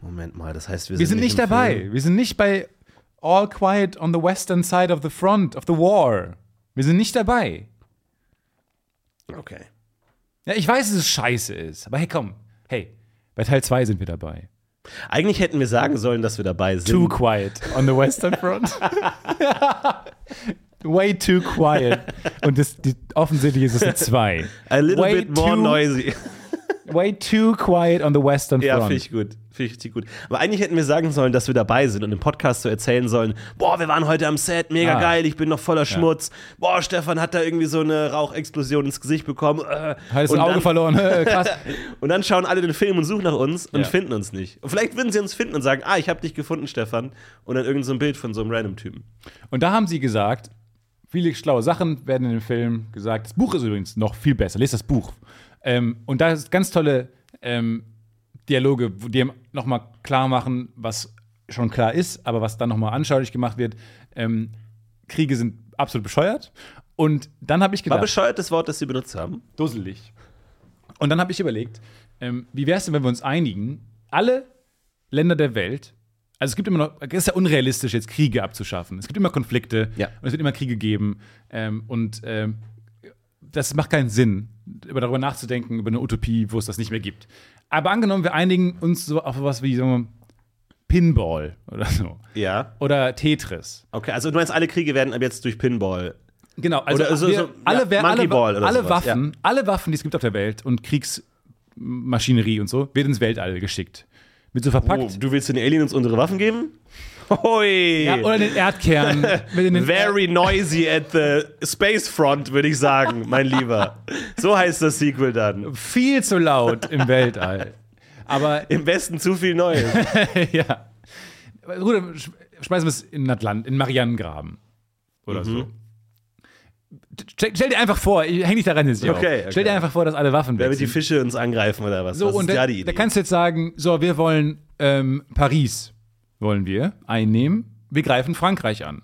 [SPEAKER 3] Moment mal, das heißt, wir,
[SPEAKER 2] Wir sind nicht
[SPEAKER 3] im
[SPEAKER 2] dabei.
[SPEAKER 3] Film.
[SPEAKER 2] Wir sind nicht bei All Quiet on the Western Side of the Front of the War. Wir sind nicht dabei.
[SPEAKER 3] Okay.
[SPEAKER 2] Ja, ich weiß, dass es scheiße ist. Aber hey, komm. Hey, bei Teil 2 sind wir dabei.
[SPEAKER 3] Eigentlich hätten wir sagen sollen, dass wir dabei sind.
[SPEAKER 2] Too quiet on the Western Front. <laughs> Way too quiet. Und das, die, offensichtlich ist es eine 2.
[SPEAKER 3] <laughs> A little
[SPEAKER 2] Way
[SPEAKER 3] bit more
[SPEAKER 2] too-
[SPEAKER 3] noisy. <laughs>
[SPEAKER 2] Way too quiet on the Western
[SPEAKER 3] Ja,
[SPEAKER 2] Front.
[SPEAKER 3] finde ich gut. Finde ich richtig gut. Aber eigentlich hätten wir sagen sollen, dass wir dabei sind und im Podcast so erzählen sollen: Boah, wir waren heute am Set, mega
[SPEAKER 2] Ah.
[SPEAKER 3] geil, ich bin noch voller Schmutz. Boah, Stefan hat da irgendwie so eine Rauchexplosion ins Gesicht bekommen. Äh.
[SPEAKER 2] Hat es
[SPEAKER 3] und,
[SPEAKER 2] ein Auge
[SPEAKER 3] dann, <laughs>
[SPEAKER 2] verloren. Krass.
[SPEAKER 3] und dann schauen alle den Film und suchen nach uns und
[SPEAKER 2] Ja.
[SPEAKER 3] finden uns nicht. Und vielleicht würden sie uns finden und sagen: Ah, ich habe dich gefunden, Stefan. Und dann irgend so ein Bild von so einem random Typen.
[SPEAKER 2] Und da haben sie gesagt, viele schlaue Sachen werden in dem Film gesagt. Das Buch ist übrigens noch viel besser. Lest das Buch. Ähm, und da ist ganz tolle ähm, Dialoge, wo die nochmal klar machen, was schon klar ist, aber was dann nochmal anschaulich gemacht wird. Ähm, Kriege sind absolut bescheuert. Und dann habe ich
[SPEAKER 3] War
[SPEAKER 2] gedacht,
[SPEAKER 3] bescheuert das Wort, das sie benutzt haben?
[SPEAKER 2] dusselig. Und dann habe ich überlegt, ähm, wie wäre es denn, wenn wir uns einigen, alle Länder der Welt, also es gibt immer noch, es ist ja unrealistisch, jetzt Kriege abzuschaffen. Es gibt immer Konflikte
[SPEAKER 3] Ja.
[SPEAKER 2] und es wird immer Kriege geben. Ähm, und ähm, das macht keinen Sinn, über darüber nachzudenken, über eine Utopie, wo es das nicht mehr gibt. Aber angenommen, wir einigen uns so auf was wie so Pinball oder so.
[SPEAKER 3] Ja.
[SPEAKER 2] Oder Tetris.
[SPEAKER 3] Okay, also du meinst, alle Kriege werden ab jetzt durch Pinball.
[SPEAKER 2] Genau, also
[SPEAKER 3] Oder so-
[SPEAKER 2] wir,
[SPEAKER 3] so, ja,
[SPEAKER 2] alle, wer,
[SPEAKER 3] Monkey
[SPEAKER 2] alle,
[SPEAKER 3] Ball oder
[SPEAKER 2] alle
[SPEAKER 3] sowas,
[SPEAKER 2] Waffen, alle Waffen, die es gibt auf der Welt und Kriegsmaschinerie und so, wird ins Weltall geschickt. Wird so
[SPEAKER 3] Oh,
[SPEAKER 2] verpackt.
[SPEAKER 3] du willst den Aliens unsere Waffen geben? Hoi!
[SPEAKER 2] Ja, oder den Erdkern.
[SPEAKER 3] <laughs>
[SPEAKER 2] mit in den
[SPEAKER 3] Very noisy at the Space Front, würde ich sagen, mein Lieber. So heißt das Sequel dann.
[SPEAKER 2] viel zu laut im Weltall. Aber
[SPEAKER 3] Im Westen zu viel Neues. <laughs>
[SPEAKER 2] <laughs> ja.
[SPEAKER 3] Mhm.
[SPEAKER 2] Bruder, sch- schmeißen wir es in den Atlant, in den Marianengraben. Oder so. Stell, stell dir einfach vor, ich häng dich daran jetzt nicht
[SPEAKER 3] Okay,
[SPEAKER 2] auf.
[SPEAKER 3] okay.
[SPEAKER 2] Stell dir einfach vor, dass alle Waffen
[SPEAKER 3] Damit die
[SPEAKER 2] wechseln.
[SPEAKER 3] Fische uns angreifen oder was?
[SPEAKER 2] So,
[SPEAKER 3] das
[SPEAKER 2] und
[SPEAKER 3] ist ja
[SPEAKER 2] da,
[SPEAKER 3] die Idee.
[SPEAKER 2] da kannst du jetzt sagen, so, wir wollen ähm, Paris, wollen wir einnehmen. Wir greifen Frankreich an.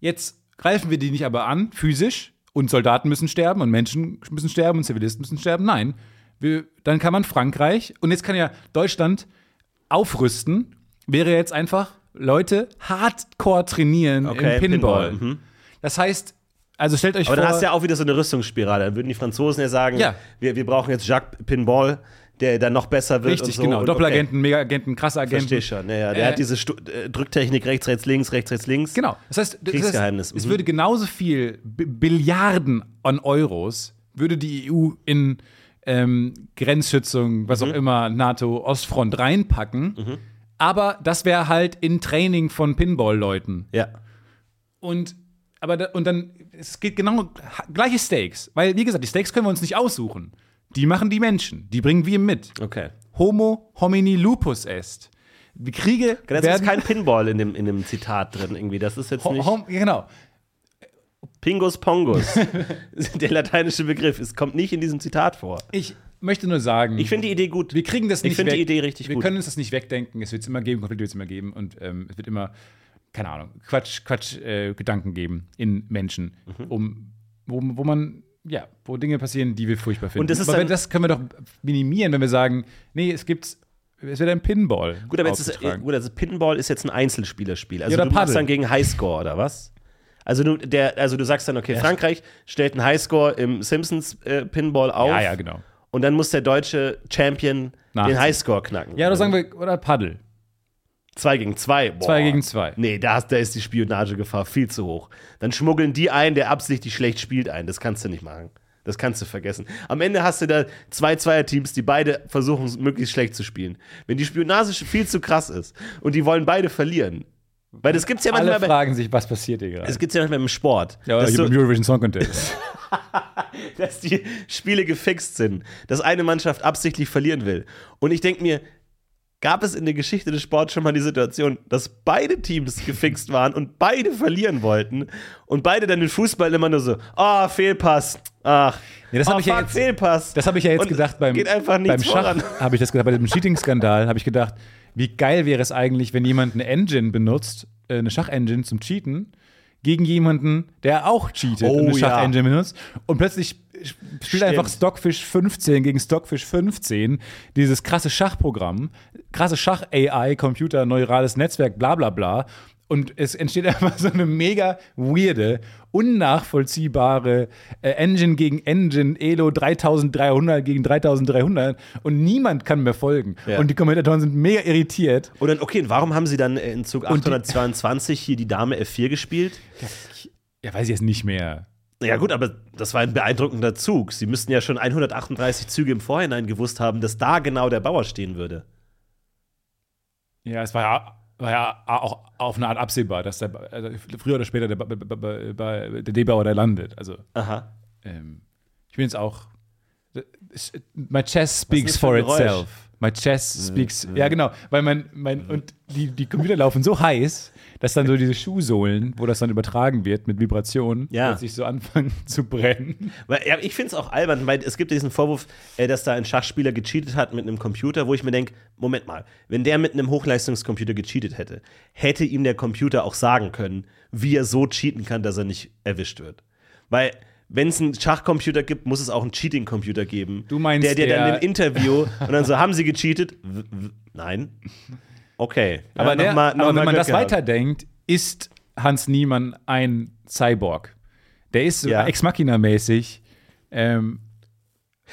[SPEAKER 2] Jetzt greifen wir die nicht aber an, physisch, und Soldaten müssen sterben und Menschen müssen sterben und Zivilisten müssen sterben. Nein, wir, dann kann man Frankreich, und jetzt kann ja Deutschland aufrüsten, wäre jetzt einfach Leute hardcore trainieren
[SPEAKER 3] Okay,
[SPEAKER 2] im Pinball.
[SPEAKER 3] Pinball, mhm.
[SPEAKER 2] Das heißt, also stellt euch
[SPEAKER 3] Aber
[SPEAKER 2] vor.
[SPEAKER 3] dann hast du ja auch wieder so eine Rüstungsspirale. Dann würden die Franzosen ja sagen,
[SPEAKER 2] Ja.
[SPEAKER 3] Wir, wir brauchen jetzt Jacques Pinball, der dann noch besser wird.
[SPEAKER 2] Richtig,
[SPEAKER 3] und so.
[SPEAKER 2] genau.
[SPEAKER 3] Und
[SPEAKER 2] Doppelagenten, Megaagenten, krasse
[SPEAKER 3] Okay,
[SPEAKER 2] Agenten.
[SPEAKER 3] verstehe schon. Ja, ja, der
[SPEAKER 2] Äh,
[SPEAKER 3] hat diese Stu äh, Drücktechnik rechts, rechts, links, rechts, rechts, links.
[SPEAKER 2] Genau. Das heißt, das
[SPEAKER 3] Kriegsgeheimnis,
[SPEAKER 2] heißt es
[SPEAKER 3] mhm.
[SPEAKER 2] würde genauso viel B Billiarden an Euros würde die EU in ähm, Grenzschützung,
[SPEAKER 3] Mhm.
[SPEAKER 2] was auch immer, NATO, Ostfront reinpacken. Aber das wäre halt in Training von Pinball-Leuten.
[SPEAKER 3] Ja.
[SPEAKER 2] Und aber da, und dann es geht genau ha- gleiche Stakes, weil wie gesagt, die Stakes können wir uns nicht aussuchen. Die machen die Menschen, die bringen wir mit.
[SPEAKER 3] Okay.
[SPEAKER 2] Homo homini lupus est. Die Kriege
[SPEAKER 3] Das
[SPEAKER 2] werden
[SPEAKER 3] ist kein Pinball in dem, in dem Zitat drin irgendwie. Das ist jetzt
[SPEAKER 2] Ho-
[SPEAKER 3] nicht.
[SPEAKER 2] hom ja, genau. <laughs>
[SPEAKER 3] Pingus Pongus. der lateinische Begriff. Es kommt nicht in diesem Zitat vor.
[SPEAKER 2] Ich möchte nur sagen,
[SPEAKER 3] Ich finde die Idee gut.
[SPEAKER 2] wir kriegen das nicht
[SPEAKER 3] Ich finde
[SPEAKER 2] weg.
[SPEAKER 3] die Idee richtig
[SPEAKER 2] wir
[SPEAKER 3] gut.
[SPEAKER 2] können uns das nicht wegdenken. Es wird es immer geben, Konflikte wird es immer geben und ähm, es wird immer, keine Ahnung, Quatsch, Quatsch, äh, Gedanken geben in Menschen,
[SPEAKER 3] Mhm.
[SPEAKER 2] um, wo, wo man, ja, wo Dinge passieren, die wir furchtbar finden.
[SPEAKER 3] Und das ist
[SPEAKER 2] aber
[SPEAKER 3] dann-
[SPEAKER 2] das können wir doch minimieren, wenn wir sagen, nee, es gibt, es wird ein Pinball.
[SPEAKER 3] Gut, aber jetzt ist, äh,
[SPEAKER 2] aufgetragen.
[SPEAKER 3] gut, also Pinball ist jetzt ein Einzelspielerspiel. Also
[SPEAKER 2] Ja,
[SPEAKER 3] du
[SPEAKER 2] oder
[SPEAKER 3] machst
[SPEAKER 2] Paddel.
[SPEAKER 3] dann gegen Highscore oder was? Also du, der, also du sagst dann, okay, Frankreich stellt einen Highscore im Simpsons äh, Pinball auf.
[SPEAKER 2] Ja, ja, genau.
[SPEAKER 3] Und dann muss der deutsche Champion den
[SPEAKER 2] Nachziehen.
[SPEAKER 3] Highscore knacken.
[SPEAKER 2] Ja, oder sagen wir, oder Paddel.
[SPEAKER 3] Zwei gegen zwei. Boah.
[SPEAKER 2] Zwei gegen zwei.
[SPEAKER 3] Nee, da, hast- da ist die Spionagegefahr viel zu hoch. Dann schmuggeln die ein, der absichtlich schlecht spielt, ein. Das kannst du nicht machen. Das kannst du vergessen. Am Ende hast du da zwei Zweierteams, die beide versuchen, es möglichst schlecht zu spielen. Wenn die Spionage viel zu krass ist und die wollen beide verlieren. Weil das gibt's ja manchmal
[SPEAKER 2] Alle
[SPEAKER 3] bei,
[SPEAKER 2] fragen sich, was passiert hier gerade?
[SPEAKER 3] das gibt's ja manchmal im Sport.
[SPEAKER 2] Ja, oder
[SPEAKER 3] dass,
[SPEAKER 2] hier
[SPEAKER 3] so,
[SPEAKER 2] beim Eurovision Song Contest.
[SPEAKER 3] <laughs> dass die Spiele gefixt sind, dass eine Mannschaft absichtlich verlieren will. Und ich denke mir, gab es in der Geschichte des Sports schon mal die Situation, dass
[SPEAKER 2] <laughs>
[SPEAKER 3] beide Teams gefixt waren und beide verlieren wollten und beide dann den Fußball immer nur so, ah, Fehlpass, ach,
[SPEAKER 2] Nee, das
[SPEAKER 3] ah,
[SPEAKER 2] hab ich ja
[SPEAKER 3] fuck,
[SPEAKER 2] jetzt-
[SPEAKER 3] Fehlpass.
[SPEAKER 2] Das habe ich ja jetzt
[SPEAKER 3] Und
[SPEAKER 2] gedacht beim,
[SPEAKER 3] geht einfach
[SPEAKER 2] beim
[SPEAKER 3] nichts
[SPEAKER 2] Schach.
[SPEAKER 3] voran.
[SPEAKER 2] Habe ich das gedacht, bei dem Cheating-Skandal habe ich gedacht, wie geil wäre es eigentlich, wenn jemand eine Engine benutzt, äh, eine Schach-Engine zum Cheaten, gegen jemanden, der auch cheatet
[SPEAKER 3] Oh,
[SPEAKER 2] und eine
[SPEAKER 3] ja.
[SPEAKER 2] Schach-Engine benutzt. Und plötzlich sp- spielt einfach Stockfish 15 gegen Stockfish 15 dieses krasse Schachprogramm, krasse Schach-AI, Computer, neurales Netzwerk, bla bla bla. Und es entsteht <laughs> einfach so eine mega weirde, unnachvollziehbare äh, Engine gegen Engine, Elo 3300 gegen 3300 und niemand kann mehr folgen.
[SPEAKER 3] Ja.
[SPEAKER 2] Und die Kommentatoren sind mega irritiert.
[SPEAKER 3] Und dann, okay, und warum haben sie dann äh, in Zug
[SPEAKER 2] Und die-
[SPEAKER 3] 822 hier die Dame F4 gespielt?
[SPEAKER 2] Ja, weiß ich jetzt nicht mehr.
[SPEAKER 3] Ja gut, aber das war ein beeindruckender Zug. Sie müssten ja schon 138 Züge im Vorhinein gewusst haben, dass da genau der Bauer stehen würde.
[SPEAKER 2] Ja, es war ja, war ja auch auf eine Art absehbar, dass der, also früher oder später der, Ba- Ba- Ba- Ba- Ba- der D-Bauer da landet. Also,
[SPEAKER 3] Aha.
[SPEAKER 2] ähm, ich bin jetzt auch. My chess
[SPEAKER 3] ist
[SPEAKER 2] speaks
[SPEAKER 3] das für
[SPEAKER 2] for
[SPEAKER 3] ein Geräusch?
[SPEAKER 2] itself. My chess speaks. Ja, genau. Weil mein,
[SPEAKER 3] Mhm.
[SPEAKER 2] mein, und die, die Computer laufen so heiß, dass dann so diese Schuhsohlen, wo das dann übertragen wird mit Vibrationen,
[SPEAKER 3] Ja.
[SPEAKER 2] plötzlich so anfangen <laughs> zu brennen.
[SPEAKER 3] Weil, ja, ich finde es auch albern, weil es gibt diesen Vorwurf, äh, dass da ein Schachspieler gecheatet hat mit einem Computer, wo ich mir denke, Moment mal, wenn der mit einem Hochleistungscomputer gecheatet hätte, hätte ihm der Computer auch sagen können, wie er so cheaten kann, dass er nicht erwischt wird. Weil wenn es einen Schachcomputer gibt, muss es auch einen Cheating-Computer geben.
[SPEAKER 2] Du meinst,
[SPEAKER 3] der dir dann
[SPEAKER 2] der-
[SPEAKER 3] im Interview und dann so, haben sie gecheatet? W w nein. Okay. Ja,
[SPEAKER 2] Aber, der,
[SPEAKER 3] noch mal- noch
[SPEAKER 2] aber
[SPEAKER 3] mal
[SPEAKER 2] wenn man
[SPEAKER 3] Glück
[SPEAKER 2] das
[SPEAKER 3] gehabt.
[SPEAKER 2] weiterdenkt, ist Hans Niemann ein Cyborg. Der ist so
[SPEAKER 3] Ja.
[SPEAKER 2] Ex Machina-mäßig. Ähm,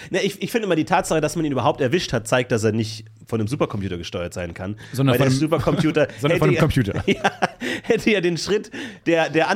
[SPEAKER 3] Ne, ich, ich finde immer die Tatsache, dass man ihn überhaupt erwischt hat, zeigt, dass er nicht von einem Supercomputer gesteuert sein kann.
[SPEAKER 2] Sondern
[SPEAKER 3] Weil
[SPEAKER 2] von
[SPEAKER 3] der
[SPEAKER 2] einem-
[SPEAKER 3] Supercomputer
[SPEAKER 2] <laughs> sondern von einem Computer.
[SPEAKER 3] <laughs> Ja, hätte ja den Schritt der, der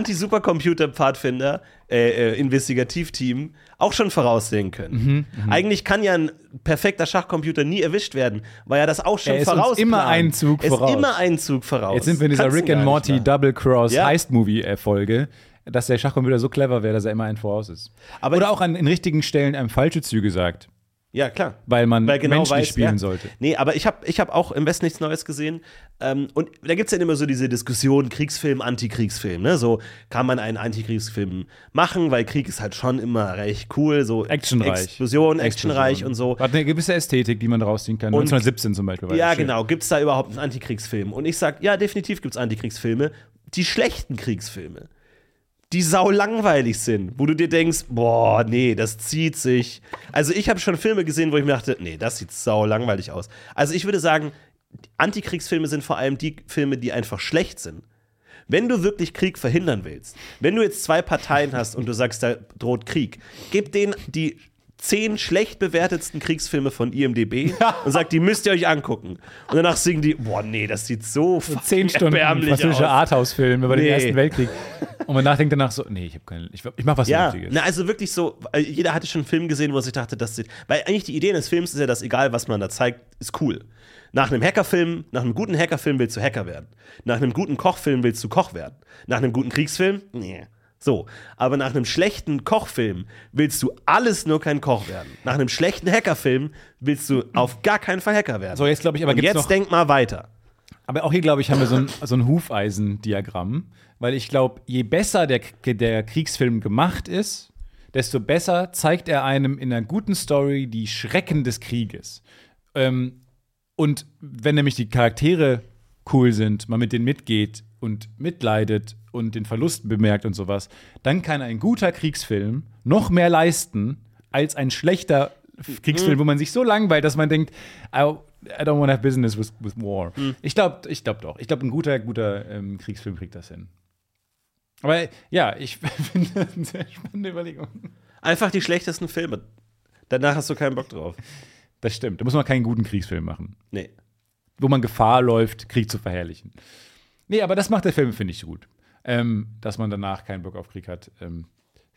[SPEAKER 3] Anti-Supercomputer-Pfadfinder, äh, äh, Investigativteam, auch schon voraussehen können.
[SPEAKER 2] Mhm,
[SPEAKER 3] Eigentlich kann ja ein perfekter Schachcomputer nie erwischt werden, weil er das auch schon
[SPEAKER 2] Er ist uns
[SPEAKER 3] vorausplant.
[SPEAKER 2] immer einen Zug
[SPEAKER 3] Er
[SPEAKER 2] voraus.
[SPEAKER 3] Ist immer einen Zug voraus.
[SPEAKER 2] Jetzt sind wir in dieser
[SPEAKER 3] Kannst du
[SPEAKER 2] Rick and
[SPEAKER 3] gar nicht
[SPEAKER 2] Morty
[SPEAKER 3] machen.
[SPEAKER 2] Double Cross
[SPEAKER 3] Ja.
[SPEAKER 2] Heist Movie Erfolge, dass der Schachcomputer so clever wäre, dass er immer ein voraus ist.
[SPEAKER 3] Aber
[SPEAKER 2] Oder
[SPEAKER 3] ich-
[SPEAKER 2] auch an in richtigen Stellen einem falsche Züge sagt.
[SPEAKER 3] Ja, klar.
[SPEAKER 2] weil man
[SPEAKER 3] Weil genau
[SPEAKER 2] menschlich
[SPEAKER 3] weiß,
[SPEAKER 2] spielen
[SPEAKER 3] ja.
[SPEAKER 2] sollte.
[SPEAKER 3] Nee, aber ich habe ich hab auch im Westen nichts Neues gesehen. Ähm, und da gibt es ja immer so diese Diskussion, Kriegsfilm, Antikriegsfilm. Ne? So kann man einen Antikriegsfilm machen, weil Krieg ist halt schon immer recht cool. So
[SPEAKER 2] Actionreich.
[SPEAKER 3] Explosion, actionreich und so.
[SPEAKER 2] Hat eine gewisse Ästhetik, die man rausziehen kann. 1917 zum Beispiel. war
[SPEAKER 3] Ja,
[SPEAKER 2] schön.
[SPEAKER 3] genau. Gibt es da überhaupt einen Antikriegsfilm? Und ich sage, ja, definitiv gibt es Antikriegsfilme. Die schlechten Kriegsfilme, die sau langweilig sind, wo du dir denkst, boah, nee, das zieht sich. Also ich habe schon Filme gesehen, wo ich mir dachte, nee, das sieht sau langweilig aus. Also ich würde sagen, Antikriegsfilme sind vor allem die Filme, die einfach schlecht sind. Wenn du wirklich Krieg verhindern willst, wenn du jetzt zwei Parteien hast und du sagst, da droht Krieg, gib denen die zehn schlecht bewertetsten Kriegsfilme von IMDB und sag, die müsst ihr euch angucken. Und danach singen die, boah, nee, das sieht so <laughs>
[SPEAKER 2] Zehn Stunden
[SPEAKER 3] erbärmlich
[SPEAKER 2] französischer
[SPEAKER 3] aus.
[SPEAKER 2] Arthouse-Film über
[SPEAKER 3] Nee.
[SPEAKER 2] den Ersten Weltkrieg. Und man nachdenkt danach so, nee, ich habe keine, ich, ich mach was
[SPEAKER 3] Ja,
[SPEAKER 2] Vernünftiges.
[SPEAKER 3] na, also wirklich so, äh, jeder hatte schon einen Film gesehen, wo er sich dachte, das sieht, weil eigentlich die Idee des Films ist ja, dass egal, was man da zeigt, ist cool. Nach einem Hackerfilm, nach einem guten Hackerfilm willst du Hacker werden. Nach einem guten Kochfilm willst du Koch werden. Nach einem guten Kriegsfilm, nee. So, aber nach einem schlechten Kochfilm willst du alles nur kein Koch werden. Nach einem schlechten Hackerfilm willst du auf gar keinen Fall Hacker werden.
[SPEAKER 2] So, jetzt glaube ich, aber
[SPEAKER 3] Und
[SPEAKER 2] gibt's
[SPEAKER 3] jetzt
[SPEAKER 2] noch,
[SPEAKER 3] denk mal weiter.
[SPEAKER 2] aber auch hier glaube ich, haben wir so ein, so ein Hufeisen-Diagramm, weil ich glaube, je besser der, der Kriegsfilm gemacht ist, desto besser zeigt er einem in einer guten Story die Schrecken des Krieges. Ähm, und wenn nämlich die Charaktere cool sind, man mit denen mitgeht und mitleidet und den Verlust bemerkt und sowas, dann kann ein guter Kriegsfilm noch mehr leisten als ein schlechter Kriegsfilm, wo man sich so langweilt, dass man denkt, I, I don't want to have business with, with war. Ich glaube ich glaub doch. Ich glaube, ein guter, guter ähm, Kriegsfilm kriegt das hin. Aber ja, ich <laughs> finde das eine sehr spannende Überlegung.
[SPEAKER 3] Einfach die schlechtesten Filme. Danach hast du keinen Bock drauf.
[SPEAKER 2] Das stimmt. Da muss man keinen guten Kriegsfilm machen.
[SPEAKER 3] Nee.
[SPEAKER 2] wo man Gefahr läuft, Krieg zu verherrlichen. Nee, aber das macht der Film, finde ich, gut. Ähm, dass man danach keinen Bock auf Krieg hat. Ähm,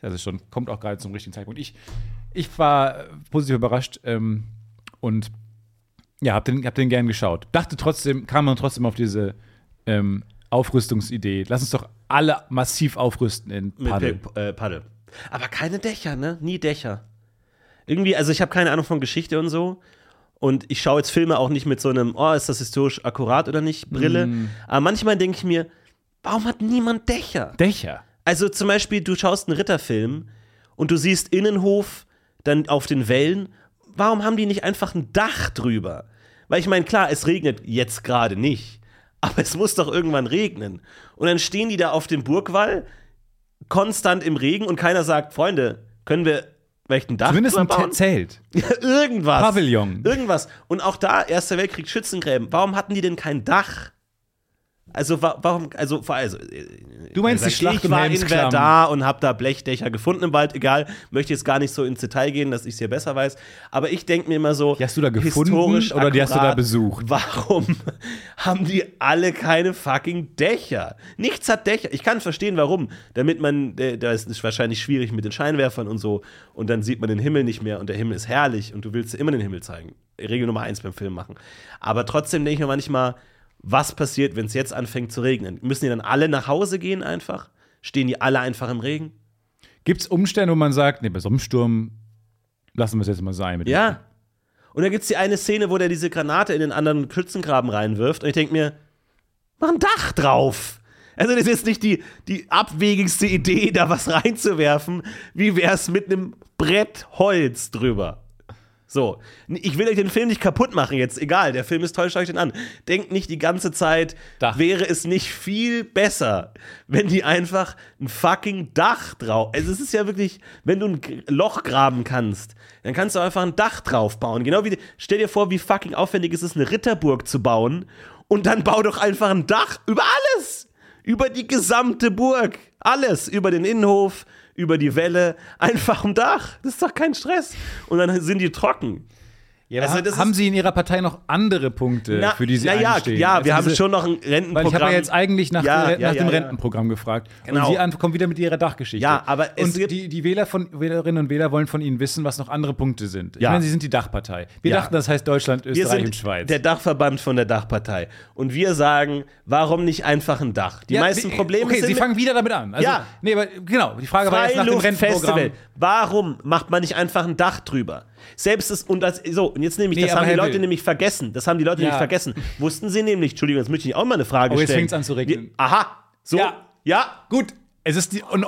[SPEAKER 2] das ist schon, kommt auch gerade zum richtigen Zeitpunkt. Ich, ich war äh, positiv überrascht ähm, und ja, hab den, hab den gern geschaut. Dachte trotzdem, kam man trotzdem auf diese ähm, Aufrüstungsidee. Lass uns doch alle massiv aufrüsten in
[SPEAKER 3] Mit
[SPEAKER 2] Paddel.
[SPEAKER 3] Pip- äh, Paddel. Aber keine Dächer, ne? Nie Dächer. Irgendwie, also ich habe keine Ahnung von Geschichte und so. Und ich schaue jetzt Filme auch nicht mit so einem, oh, ist das historisch akkurat oder nicht, Brille. Aber manchmal denke ich mir, warum hat niemand Dächer?
[SPEAKER 2] Dächer.
[SPEAKER 3] Also zum Beispiel, du schaust einen Ritterfilm und du siehst Innenhof dann auf den Wellen. Warum haben die nicht einfach ein Dach drüber? Weil ich meine, klar, es regnet jetzt gerade nicht, aber es muss doch irgendwann regnen. Und dann stehen die da auf dem Burgwall, konstant im Regen und keiner sagt, Freunde, können wir vielleicht ein Dach
[SPEAKER 2] Zumindest ein
[SPEAKER 3] drüber
[SPEAKER 2] Te-
[SPEAKER 3] bauen? <laughs>
[SPEAKER 2] Zelt.
[SPEAKER 3] Irgendwas.
[SPEAKER 2] Pavillon.
[SPEAKER 3] Irgendwas. Und auch da, Erster Weltkrieg, Schützengräben. Warum hatten die denn kein Dach? Also, wa warum, also, vor- also, äh,
[SPEAKER 2] Du meinst die
[SPEAKER 3] ich
[SPEAKER 2] Schlacht um
[SPEAKER 3] war in
[SPEAKER 2] Helmsklamm.
[SPEAKER 3] Verdun und habe da Blechdächer gefunden im Wald. Egal, möchte jetzt gar nicht so ins Detail gehen, dass ich es hier besser weiß. Aber ich denke mir immer so,
[SPEAKER 2] Die hast du da gefunden
[SPEAKER 3] historisch
[SPEAKER 2] oder die hast du da
[SPEAKER 3] akkurat,
[SPEAKER 2] besucht?
[SPEAKER 3] Warum <laughs> haben die alle keine fucking Dächer? Nichts hat Dächer. Ich kann verstehen, warum. Damit man, äh, da ist es wahrscheinlich schwierig mit den Scheinwerfern und so. Und dann sieht man den Himmel nicht mehr und der Himmel ist herrlich und du willst immer den Himmel zeigen. Regel Nummer eins beim Film machen. Aber trotzdem denke ich mir manchmal, was passiert, wenn es jetzt anfängt zu regnen? Müssen die dann alle nach Hause gehen einfach? Stehen die alle einfach im Regen?
[SPEAKER 2] Gibt es Umstände, wo man sagt, nee, bei so einem Sturm lassen wir es jetzt mal sein. Mit dem
[SPEAKER 3] Ja. Und dann gibt es die eine Szene, wo der diese Granate in den anderen Schützengraben reinwirft. Und ich denke mir, mach ein Dach drauf. Also, das ist jetzt nicht die, die abwegigste Idee, da was <laughs> reinzuwerfen. Wie wär's mit einem Brett Holz drüber? So, N- ich will euch den Film nicht kaputt machen jetzt, egal, der Film ist toll, schaut euch den an. Denkt nicht die ganze Zeit,
[SPEAKER 2] Dach.
[SPEAKER 3] wäre es nicht viel besser, wenn die einfach ein fucking Dach drauf. Also es ist ja wirklich, wenn du ein G- Loch graben kannst, dann kannst du einfach ein Dach drauf bauen. Genau wie, stell dir vor, wie fucking aufwendig ist es ist, eine Ritterburg zu bauen und dann bau doch einfach ein Dach über alles. Über die gesamte Burg. Alles. Über den Innenhof, über die Welle. Einfach am Dach. Das ist doch kein Stress. Und dann sind die trocken.
[SPEAKER 2] Ja,
[SPEAKER 3] Also
[SPEAKER 2] also
[SPEAKER 3] das
[SPEAKER 2] haben
[SPEAKER 3] ist-
[SPEAKER 2] Sie in Ihrer Partei noch andere Punkte, für die Sie
[SPEAKER 3] ja,
[SPEAKER 2] einstehen?
[SPEAKER 3] ja,
[SPEAKER 2] Also
[SPEAKER 3] wir haben
[SPEAKER 2] diese-
[SPEAKER 3] schon noch ein
[SPEAKER 2] Weil ich
[SPEAKER 3] Rentenprogramm.
[SPEAKER 2] habe ja jetzt eigentlich nach,
[SPEAKER 3] Ja,
[SPEAKER 2] der,
[SPEAKER 3] ja,
[SPEAKER 2] nach
[SPEAKER 3] ja,
[SPEAKER 2] dem
[SPEAKER 3] ja.
[SPEAKER 2] Rentenprogramm gefragt.
[SPEAKER 3] Genau.
[SPEAKER 2] Und Sie an- kommen wieder mit Ihrer Dachgeschichte.
[SPEAKER 3] Ja, aber es
[SPEAKER 2] und
[SPEAKER 3] gibt-
[SPEAKER 2] die, die Wähler von, Wählerinnen und Wähler wollen von Ihnen wissen, was noch andere Punkte sind. Ich
[SPEAKER 3] Ja.
[SPEAKER 2] meine, Sie sind die Dachpartei. Wir
[SPEAKER 3] Ja.
[SPEAKER 2] dachten, das heißt Deutschland,
[SPEAKER 3] wir
[SPEAKER 2] Österreich und
[SPEAKER 3] sind
[SPEAKER 2] Schweiz.
[SPEAKER 3] der Dachverband von der Dachpartei. Und wir sagen, warum nicht einfach ein Dach? Die
[SPEAKER 2] Ja,
[SPEAKER 3] meisten
[SPEAKER 2] nee,
[SPEAKER 3] Probleme
[SPEAKER 2] Okay,
[SPEAKER 3] sind
[SPEAKER 2] Sie
[SPEAKER 3] mit-
[SPEAKER 2] fangen wieder damit an. Also,
[SPEAKER 3] Ja.
[SPEAKER 2] Nee, aber genau. Die Frage war jetzt nach dem Rentenprogramm.
[SPEAKER 3] Freiluftfestival. Warum macht man nicht einfach ein Dach drüber? Selbst ist, und das, so, und jetzt nämlich,
[SPEAKER 2] Nee,
[SPEAKER 3] das
[SPEAKER 2] aber
[SPEAKER 3] haben die
[SPEAKER 2] Herr
[SPEAKER 3] Leute
[SPEAKER 2] Will-
[SPEAKER 3] nämlich vergessen. Das haben die Leute
[SPEAKER 2] Ja.
[SPEAKER 3] nämlich vergessen. Wussten sie nämlich, Entschuldigung, jetzt möchte ich auch mal eine Frage
[SPEAKER 2] Oh, jetzt
[SPEAKER 3] stellen.
[SPEAKER 2] fängt's an zu regnen.
[SPEAKER 3] Wir- Aha, so,
[SPEAKER 2] Ja.
[SPEAKER 3] ja.
[SPEAKER 2] Gut, es ist die, ein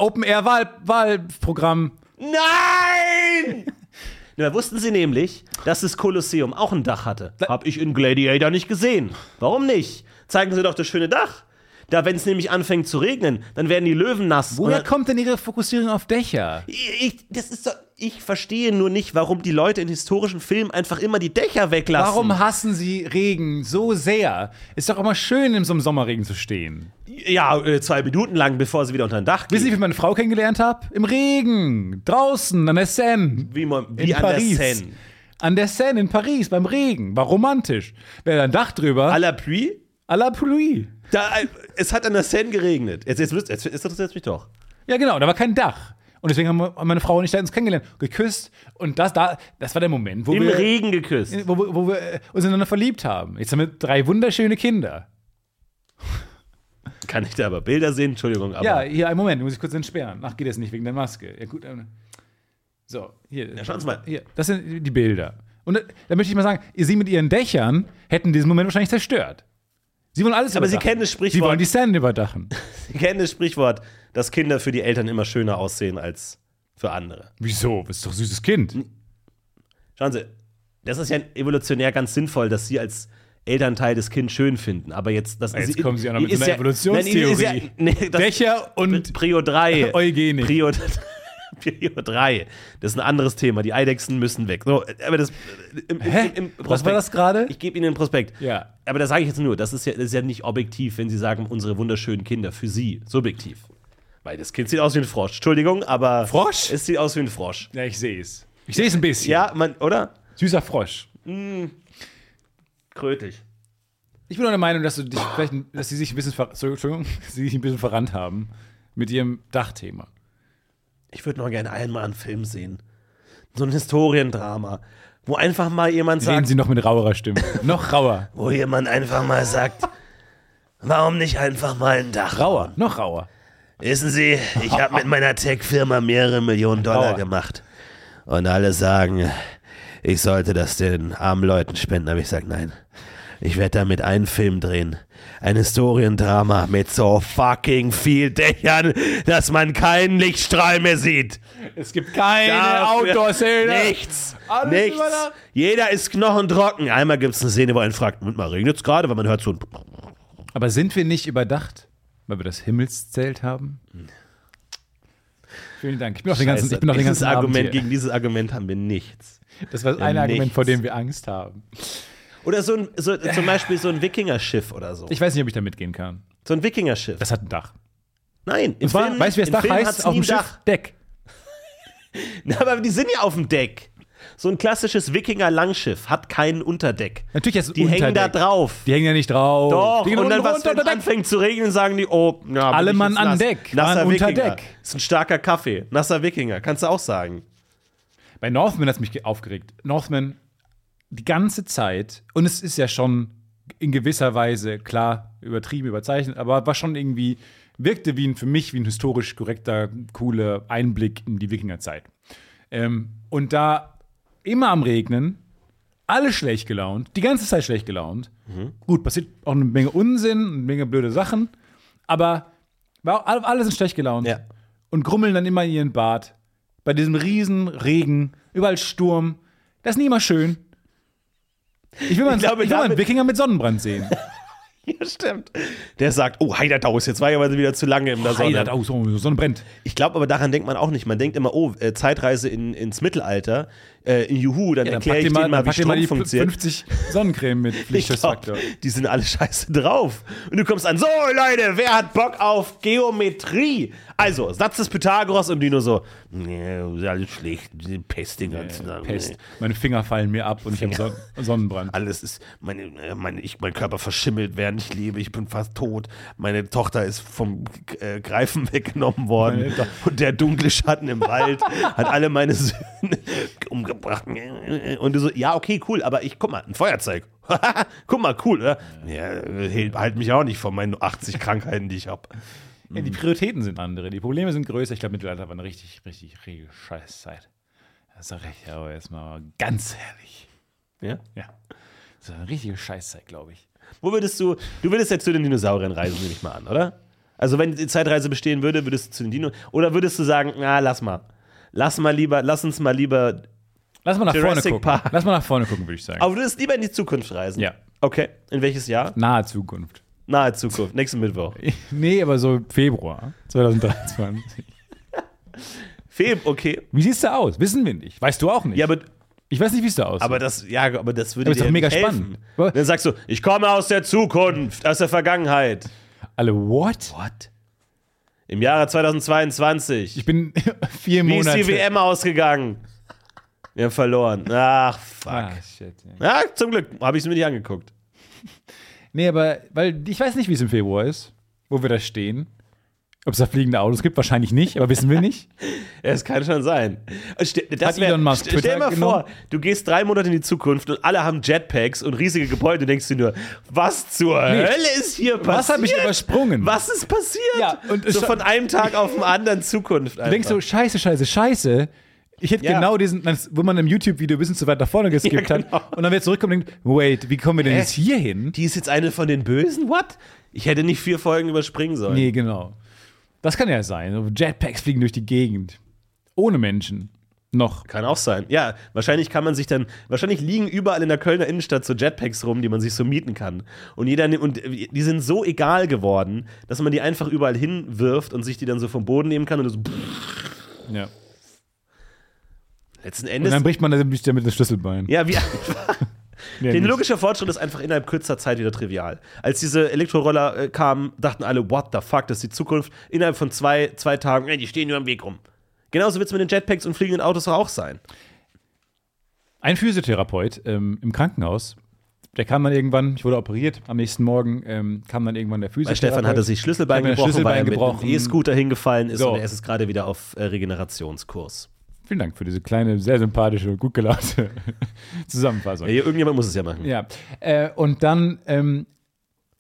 [SPEAKER 2] Open-Air-Wahlprogramm.
[SPEAKER 3] Nein! <laughs> Na, wussten sie nämlich, dass das Kolosseum auch ein Dach hatte. Hab ich in Gladiator nicht gesehen. Warum nicht? Zeigen sie doch das schöne Dach. Da, wenn es nämlich anfängt zu regnen, dann werden die Löwen nass. Und
[SPEAKER 2] Woher
[SPEAKER 3] dann,
[SPEAKER 2] kommt denn Ihre Fokussierung auf Dächer?
[SPEAKER 3] ich, das ist doch, ich verstehe nur nicht, warum die Leute in historischen Filmen einfach immer die Dächer weglassen.
[SPEAKER 2] Warum hassen Sie Regen so sehr? Ist doch immer schön, in so einem Sommerregen zu stehen.
[SPEAKER 3] Ja, äh, zwei Minuten lang, bevor sie wieder unter ein Dach
[SPEAKER 2] Wissen Sie,
[SPEAKER 3] geht.
[SPEAKER 2] wie ich meine Frau kennengelernt habe? Im Regen, draußen, an der Seine.
[SPEAKER 3] Wie, man- wie
[SPEAKER 2] in
[SPEAKER 3] an
[SPEAKER 2] Paris.
[SPEAKER 3] der Seine.
[SPEAKER 2] An der Seine in Paris, beim Regen. War romantisch. Wäre da ein Dach drüber.
[SPEAKER 3] À la pluie?
[SPEAKER 2] à la pluie.
[SPEAKER 3] Da, äh, es hat an der Seine geregnet. Jetzt, jetzt, müsst- jetzt, jetzt interessiert mich doch.
[SPEAKER 2] Ja, genau, da war kein Dach. Und deswegen haben wir- haben meine Frau und ich da uns kennengelernt, geküsst. Und das, da, das war der Moment, wo
[SPEAKER 3] Im
[SPEAKER 2] wir,
[SPEAKER 3] Regen geküsst.
[SPEAKER 2] wo, wir- wo wir äh, uns ineinander verliebt haben. Jetzt haben wir drei wunderschöne Kinder.
[SPEAKER 3] Kann ich da aber Bilder sehen? Entschuldigung, aber.
[SPEAKER 2] ja, hier, einen Moment, muss ich kurz entsperren. Ach, geht das nicht wegen der Maske. Ja, gut. ähm, So, hier. Ja,
[SPEAKER 3] schauen's mal.
[SPEAKER 2] Hier, das sind die Bilder. Und da, da möchte ich mal sagen, ihr sie mit ihren Dächern hätten diesen Moment wahrscheinlich zerstört. Sie wollen alles
[SPEAKER 3] Aber Sie
[SPEAKER 2] überdachen.
[SPEAKER 3] kennen das
[SPEAKER 2] Sie
[SPEAKER 3] Sprichwort.
[SPEAKER 2] wollen die Sand überdachen.
[SPEAKER 3] Sie kennen das Sprichwort, dass Kinder für die Eltern immer schöner aussehen als für andere.
[SPEAKER 2] Wieso? Das ist doch ein süßes Kind.
[SPEAKER 3] Schauen Sie, das ist ja evolutionär ganz sinnvoll, dass Sie als Elternteil das Kind schön finden. Aber jetzt, das
[SPEAKER 2] Jetzt
[SPEAKER 3] ist,
[SPEAKER 2] kommen Sie auch noch mit
[SPEAKER 3] ist
[SPEAKER 2] so einer
[SPEAKER 3] ja- Nein, ist
[SPEAKER 2] <laughs>
[SPEAKER 3] ja-
[SPEAKER 2] Evolutionstheorie.
[SPEAKER 3] nee, das-
[SPEAKER 2] Dächer und
[SPEAKER 3] Prio
[SPEAKER 2] <laughs>
[SPEAKER 3] 3.
[SPEAKER 2] Eugenik.
[SPEAKER 3] Prio, <laughs> Prio 3. Das ist ein anderes Thema. Die Eidechsen müssen weg. So, aber das, äh, im, im,
[SPEAKER 2] Hä?
[SPEAKER 3] Im Prospekt.
[SPEAKER 2] Was war das gerade?
[SPEAKER 3] Ich gebe Ihnen den Prospekt.
[SPEAKER 2] Ja.
[SPEAKER 3] Aber das sage ich jetzt nur. Das ist, ja, das ist ja nicht objektiv, wenn Sie sagen, unsere wunderschönen Kinder. Für Sie, subjektiv. Weil das Kind sieht aus wie ein Frosch. Entschuldigung, aber.
[SPEAKER 2] Frosch?
[SPEAKER 3] Es sieht aus wie ein Frosch.
[SPEAKER 2] Ja, ich sehe es. Ich sehe es ein bisschen.
[SPEAKER 3] Ja, man, oder?
[SPEAKER 2] Süßer Frosch.
[SPEAKER 3] Krötig.
[SPEAKER 2] Ich bin auch der Meinung, dass, du dich vielleicht, dass sie sich ein bisschen, ver Entschuldigung, <laughs> sie sich ein bisschen verrannt haben mit ihrem Dachthema.
[SPEAKER 3] Ich würde noch gerne einmal einen Film sehen. So ein Historiendrama. Wo einfach mal jemand sagt.
[SPEAKER 2] Sehen sie noch mit rauerer Stimme. noch rauer.
[SPEAKER 3] wo jemand einfach mal sagt, warum nicht einfach mal ein Dach?
[SPEAKER 2] Rauer. Noch rauer.
[SPEAKER 3] Wissen Sie, ich habe mit meiner Tech-Firma mehrere Millionen Dollar
[SPEAKER 2] Aua.
[SPEAKER 3] gemacht. Und alle sagen, ich sollte das den armen Leuten spenden. Aber ich sage, nein, ich werde damit einen Film drehen. Ein Historiendrama mit so fucking viel Dächern, dass man keinen Lichtstrahl mehr sieht.
[SPEAKER 2] Es gibt keine
[SPEAKER 3] Dafür
[SPEAKER 2] Outdoor-Szene.
[SPEAKER 3] Nichts.
[SPEAKER 2] Alles
[SPEAKER 3] nichts.
[SPEAKER 2] überdacht.
[SPEAKER 3] Jeder ist knochentrocken. Einmal gibt es eine Szene, wo einen fragt, Moment mal, regnet es gerade? Weil man hört so ein...
[SPEAKER 2] Aber sind wir nicht überdacht, weil wir das Himmelszelt haben? Hm. Vielen Dank. Ich bin auch den ganzen,
[SPEAKER 3] Scheiße,
[SPEAKER 2] ich bin auch den
[SPEAKER 3] dieses
[SPEAKER 2] ganzen Abend
[SPEAKER 3] Argument,
[SPEAKER 2] hier.
[SPEAKER 3] Gegen dieses Argument haben wir nichts.
[SPEAKER 2] Das war das eine Argument,
[SPEAKER 3] nichts.
[SPEAKER 2] vor dem wir Angst haben.
[SPEAKER 3] Oder so ein, so, zum Beispiel so ein Wikingerschiff oder so.
[SPEAKER 2] Ich weiß nicht, ob ich da mitgehen kann.
[SPEAKER 3] So ein Wikingerschiff.
[SPEAKER 2] Das hat ein Dach.
[SPEAKER 3] Nein, im
[SPEAKER 2] Und zwar,
[SPEAKER 3] Film,
[SPEAKER 2] weißt du, wie das
[SPEAKER 3] im
[SPEAKER 2] Dach
[SPEAKER 3] Film
[SPEAKER 2] heißt?
[SPEAKER 3] hat's
[SPEAKER 2] Auf
[SPEAKER 3] nie
[SPEAKER 2] dem Schiff?
[SPEAKER 3] ein Dach.
[SPEAKER 2] Deck.
[SPEAKER 3] Na, aber die sind ja auf dem Deck. So ein klassisches Wikinger-Langschiff hat kein Unterdeck.
[SPEAKER 2] Natürlich ist es
[SPEAKER 3] Die hängen da
[SPEAKER 2] Unterdeck.
[SPEAKER 3] drauf.
[SPEAKER 2] Die hängen ja nicht drauf.
[SPEAKER 3] Doch,
[SPEAKER 2] die gehen
[SPEAKER 3] und dann,
[SPEAKER 2] unten
[SPEAKER 3] was, wenn
[SPEAKER 2] unter
[SPEAKER 3] es
[SPEAKER 2] Deck.
[SPEAKER 3] anfängt zu regnen, sagen die, oh, na, bin
[SPEAKER 2] Alle
[SPEAKER 3] ich
[SPEAKER 2] Mann
[SPEAKER 3] jetzt
[SPEAKER 2] an
[SPEAKER 3] nass.
[SPEAKER 2] Deck,
[SPEAKER 3] Nasser
[SPEAKER 2] waren unter
[SPEAKER 3] Wikinger.
[SPEAKER 2] Deck.
[SPEAKER 3] Ist ein starker Kaffee. Nasser Wikinger, kannst du auch sagen.
[SPEAKER 2] Bei Northman hat es mich ge- aufgeregt. Northman die ganze Zeit, und es ist ja schon in gewisser Weise, klar, übertrieben, überzeichnet, aber war schon irgendwie, wirkte wie ein, für mich wie ein historisch korrekter, cooler Einblick in die Wikingerzeit. Ähm, und da immer am Regnen, alle schlecht gelaunt, die ganze Zeit schlecht gelaunt. Gut, passiert auch eine Menge Unsinn, eine Menge blöde Sachen, aber war- alle alle sind schlecht gelaunt
[SPEAKER 3] Ja.
[SPEAKER 2] und grummeln dann immer in ihren Bart. Bei diesem riesen Regen, überall Sturm. Das ist nie immer schön. Ich will mal, einen- ich
[SPEAKER 3] glaube,
[SPEAKER 2] will mal einen
[SPEAKER 3] damit-
[SPEAKER 2] Wikinger mit Sonnenbrand
[SPEAKER 3] <laughs>
[SPEAKER 2] sehen.
[SPEAKER 3] <laughs> Ja, stimmt. Der sagt, oh, Heiderdau ist jetzt möglicherweise wieder zu lange in der Sonne.
[SPEAKER 2] Heidat, oh, so- Sonne brennt.
[SPEAKER 3] Ich glaube aber, daran denkt man auch nicht. Man denkt immer, oh, äh, Zeitreise in, ins Mittelalter, äh, in Juhu, dann
[SPEAKER 2] Ja, dann pack
[SPEAKER 3] erkläre
[SPEAKER 2] dir
[SPEAKER 3] ich denen
[SPEAKER 2] mal,
[SPEAKER 3] mal,
[SPEAKER 2] dann
[SPEAKER 3] wie
[SPEAKER 2] pack dir mal
[SPEAKER 3] Strom
[SPEAKER 2] die
[SPEAKER 3] funktioniert.
[SPEAKER 2] 50 Sonnencreme mit
[SPEAKER 3] <laughs> Ich glaub,
[SPEAKER 2] Lichtschutzfaktor.
[SPEAKER 3] die sind alle scheiße drauf. Und du kommst an, so Leute, wer hat Bock auf Geometrie? Also, Satz des Pythagoras und Dino so, nee, alles schlecht, die Pest den ganzen Tag.
[SPEAKER 2] Äh, Pest.
[SPEAKER 3] nee.
[SPEAKER 2] Meine Finger fallen mir ab und ich habe Son Sonnenbrand.
[SPEAKER 3] Alles ist, meine, äh, meine, ich, mein Körper verschimmelt, während ich lebe, ich bin fast tot. Meine Tochter ist vom äh, Greifen <laughs> weggenommen worden.
[SPEAKER 2] Meine To-
[SPEAKER 3] Und der dunkle Schatten im Wald hat alle meine Söhne <laughs> umgebracht. Und du so, ja, okay, cool, aber ich, guck mal, ein Feuerzeug. <laughs> guck mal, cool, oder? Ja, äh, halt mich auch nicht von meinen 80 Krankheiten, die ich habe.
[SPEAKER 2] Ja, die Prioritäten sind andere, die Probleme sind größer. Ich glaube, Mittelalter war eine richtig, richtig, richtig scheiß Zeit. Hast du recht, aber jetzt mal ganz ehrlich.
[SPEAKER 3] Ja?
[SPEAKER 2] Ja. Das ist eine richtige Scheißzeit, glaube ich.
[SPEAKER 3] Wo würdest du, du würdest jetzt zu den Dinosauriern reisen, nehme ich mal an, oder? Also wenn die Zeitreise bestehen würde, würdest du zu den Dino, oder würdest du sagen, na, lass mal. Lass mal lieber, lass uns mal lieber,
[SPEAKER 2] Lass mal nach
[SPEAKER 3] Jurassic
[SPEAKER 2] vorne gucken.
[SPEAKER 3] Park.
[SPEAKER 2] Lass mal nach vorne gucken, würde ich sagen.
[SPEAKER 3] aber du würdest lieber in die Zukunft reisen.
[SPEAKER 2] Ja.
[SPEAKER 3] Okay, in welches Jahr?
[SPEAKER 2] Nahe Zukunft. <laughs>
[SPEAKER 3] Nahe Zukunft, nächsten Mittwoch.
[SPEAKER 2] Nee, aber so Februar 2023.
[SPEAKER 3] Feb, okay.
[SPEAKER 2] Wie siehst du aus? Wissen wir nicht. Weißt du auch nicht.
[SPEAKER 3] Ja, aber,
[SPEAKER 2] ich weiß nicht, wie es da aussieht.
[SPEAKER 3] aber das, ja, aber das würde
[SPEAKER 2] Aber ist
[SPEAKER 3] dir
[SPEAKER 2] doch mega
[SPEAKER 3] nicht helfen.
[SPEAKER 2] spannend. Aber-
[SPEAKER 3] Dann sagst du, ich komme aus der Zukunft, aus der Vergangenheit.
[SPEAKER 2] Alle, what?
[SPEAKER 3] What? Im Jahre 2022.
[SPEAKER 2] Ich bin <laughs> vier
[SPEAKER 3] Wie ist
[SPEAKER 2] Monate.
[SPEAKER 3] die WM ausgegangen? Wir haben verloren. Ach, fuck.
[SPEAKER 2] Ah, shit. Ja.
[SPEAKER 3] Ja, zum Glück habe ich es mir nicht angeguckt.
[SPEAKER 2] Nee, aber weil ich weiß nicht, wie es im Februar ist, wo wir da stehen. Ob es da fliegende Autos gibt, wahrscheinlich nicht, aber wissen wir nicht.
[SPEAKER 3] Es kann schon sein. Ste- Das
[SPEAKER 2] Hat Elon Musk
[SPEAKER 3] st- stell dir
[SPEAKER 2] Twitter
[SPEAKER 3] mal vor,
[SPEAKER 2] genommen?
[SPEAKER 3] du gehst drei Monate in die Zukunft und alle haben Jetpacks und riesige Gebäude. Du denkst dir nur, was zur Hölle ist hier passiert?
[SPEAKER 2] Was habe ich übersprungen?
[SPEAKER 3] Was ist passiert?
[SPEAKER 2] Ja, und es
[SPEAKER 3] so
[SPEAKER 2] scha-
[SPEAKER 3] von einem Tag auf den anderen Zukunft.
[SPEAKER 2] Du denkst so, scheiße, scheiße, scheiße. Ich hätte
[SPEAKER 3] Ja.
[SPEAKER 2] genau diesen, das- wo man im YouTube-Video ein bisschen zu weit nach vorne geskippt
[SPEAKER 3] <laughs> Ja, genau.
[SPEAKER 2] hat. Und dann wird zurückkommen und denkt, wait, wie kommen wir denn
[SPEAKER 3] Hä?
[SPEAKER 2] jetzt hier hin?
[SPEAKER 3] die ist jetzt eine von den Bösen? What? Ich hätte nicht vier Folgen überspringen sollen.
[SPEAKER 2] Nee, genau. Das kann ja sein. So Jetpacks fliegen durch die Gegend. Ohne Menschen. Noch.
[SPEAKER 3] Kann auch sein. Ja, wahrscheinlich kann man sich dann, wahrscheinlich liegen überall in der Kölner Innenstadt so Jetpacks rum, die man sich so mieten kann. Und jeder nimmt- und äh, die sind so egal geworden, dass man die einfach überall hinwirft und sich die dann so vom Boden nehmen kann und so. pff,
[SPEAKER 2] Ja.
[SPEAKER 3] Letzten
[SPEAKER 2] Und
[SPEAKER 3] Endes.
[SPEAKER 2] dann bricht man damit das Schlüsselbein. <laughs>
[SPEAKER 3] Ja, wie <laughs> einfach.
[SPEAKER 2] Nee, nicht.
[SPEAKER 3] Technologischer Fortschritt ist einfach innerhalb kürzer Zeit wieder trivial. Als diese Elektroroller äh, kamen, dachten alle, what the fuck, das ist die Zukunft. Innerhalb von zwei, zwei Tagen, äh, die stehen nur am Weg rum. Genauso wird es mit den Jetpacks und fliegenden Autos auch sein.
[SPEAKER 2] Ein Physiotherapeut ähm, im Krankenhaus, der kam dann irgendwann, ich wurde operiert, am nächsten Morgen ähm, kam dann irgendwann der
[SPEAKER 3] Weil
[SPEAKER 2] Physiotherapeut.
[SPEAKER 3] Stefan hatte sich Schlüsselbein
[SPEAKER 2] Hat mir das
[SPEAKER 3] gebrochen, weil er
[SPEAKER 2] Schlüsselbein
[SPEAKER 3] mit
[SPEAKER 2] gebrochen.
[SPEAKER 3] einem E-Scooter hingefallen ist
[SPEAKER 2] So.
[SPEAKER 3] und er ist jetzt gerade wieder auf äh, Regenerationskurs.
[SPEAKER 2] Vielen Dank für diese kleine, sehr sympathische, und gut gelaunte <laughs> Zusammenfassung.
[SPEAKER 3] Ja, Äh, irgendjemand muss es ja machen.
[SPEAKER 2] Ja. Äh, und dann ähm,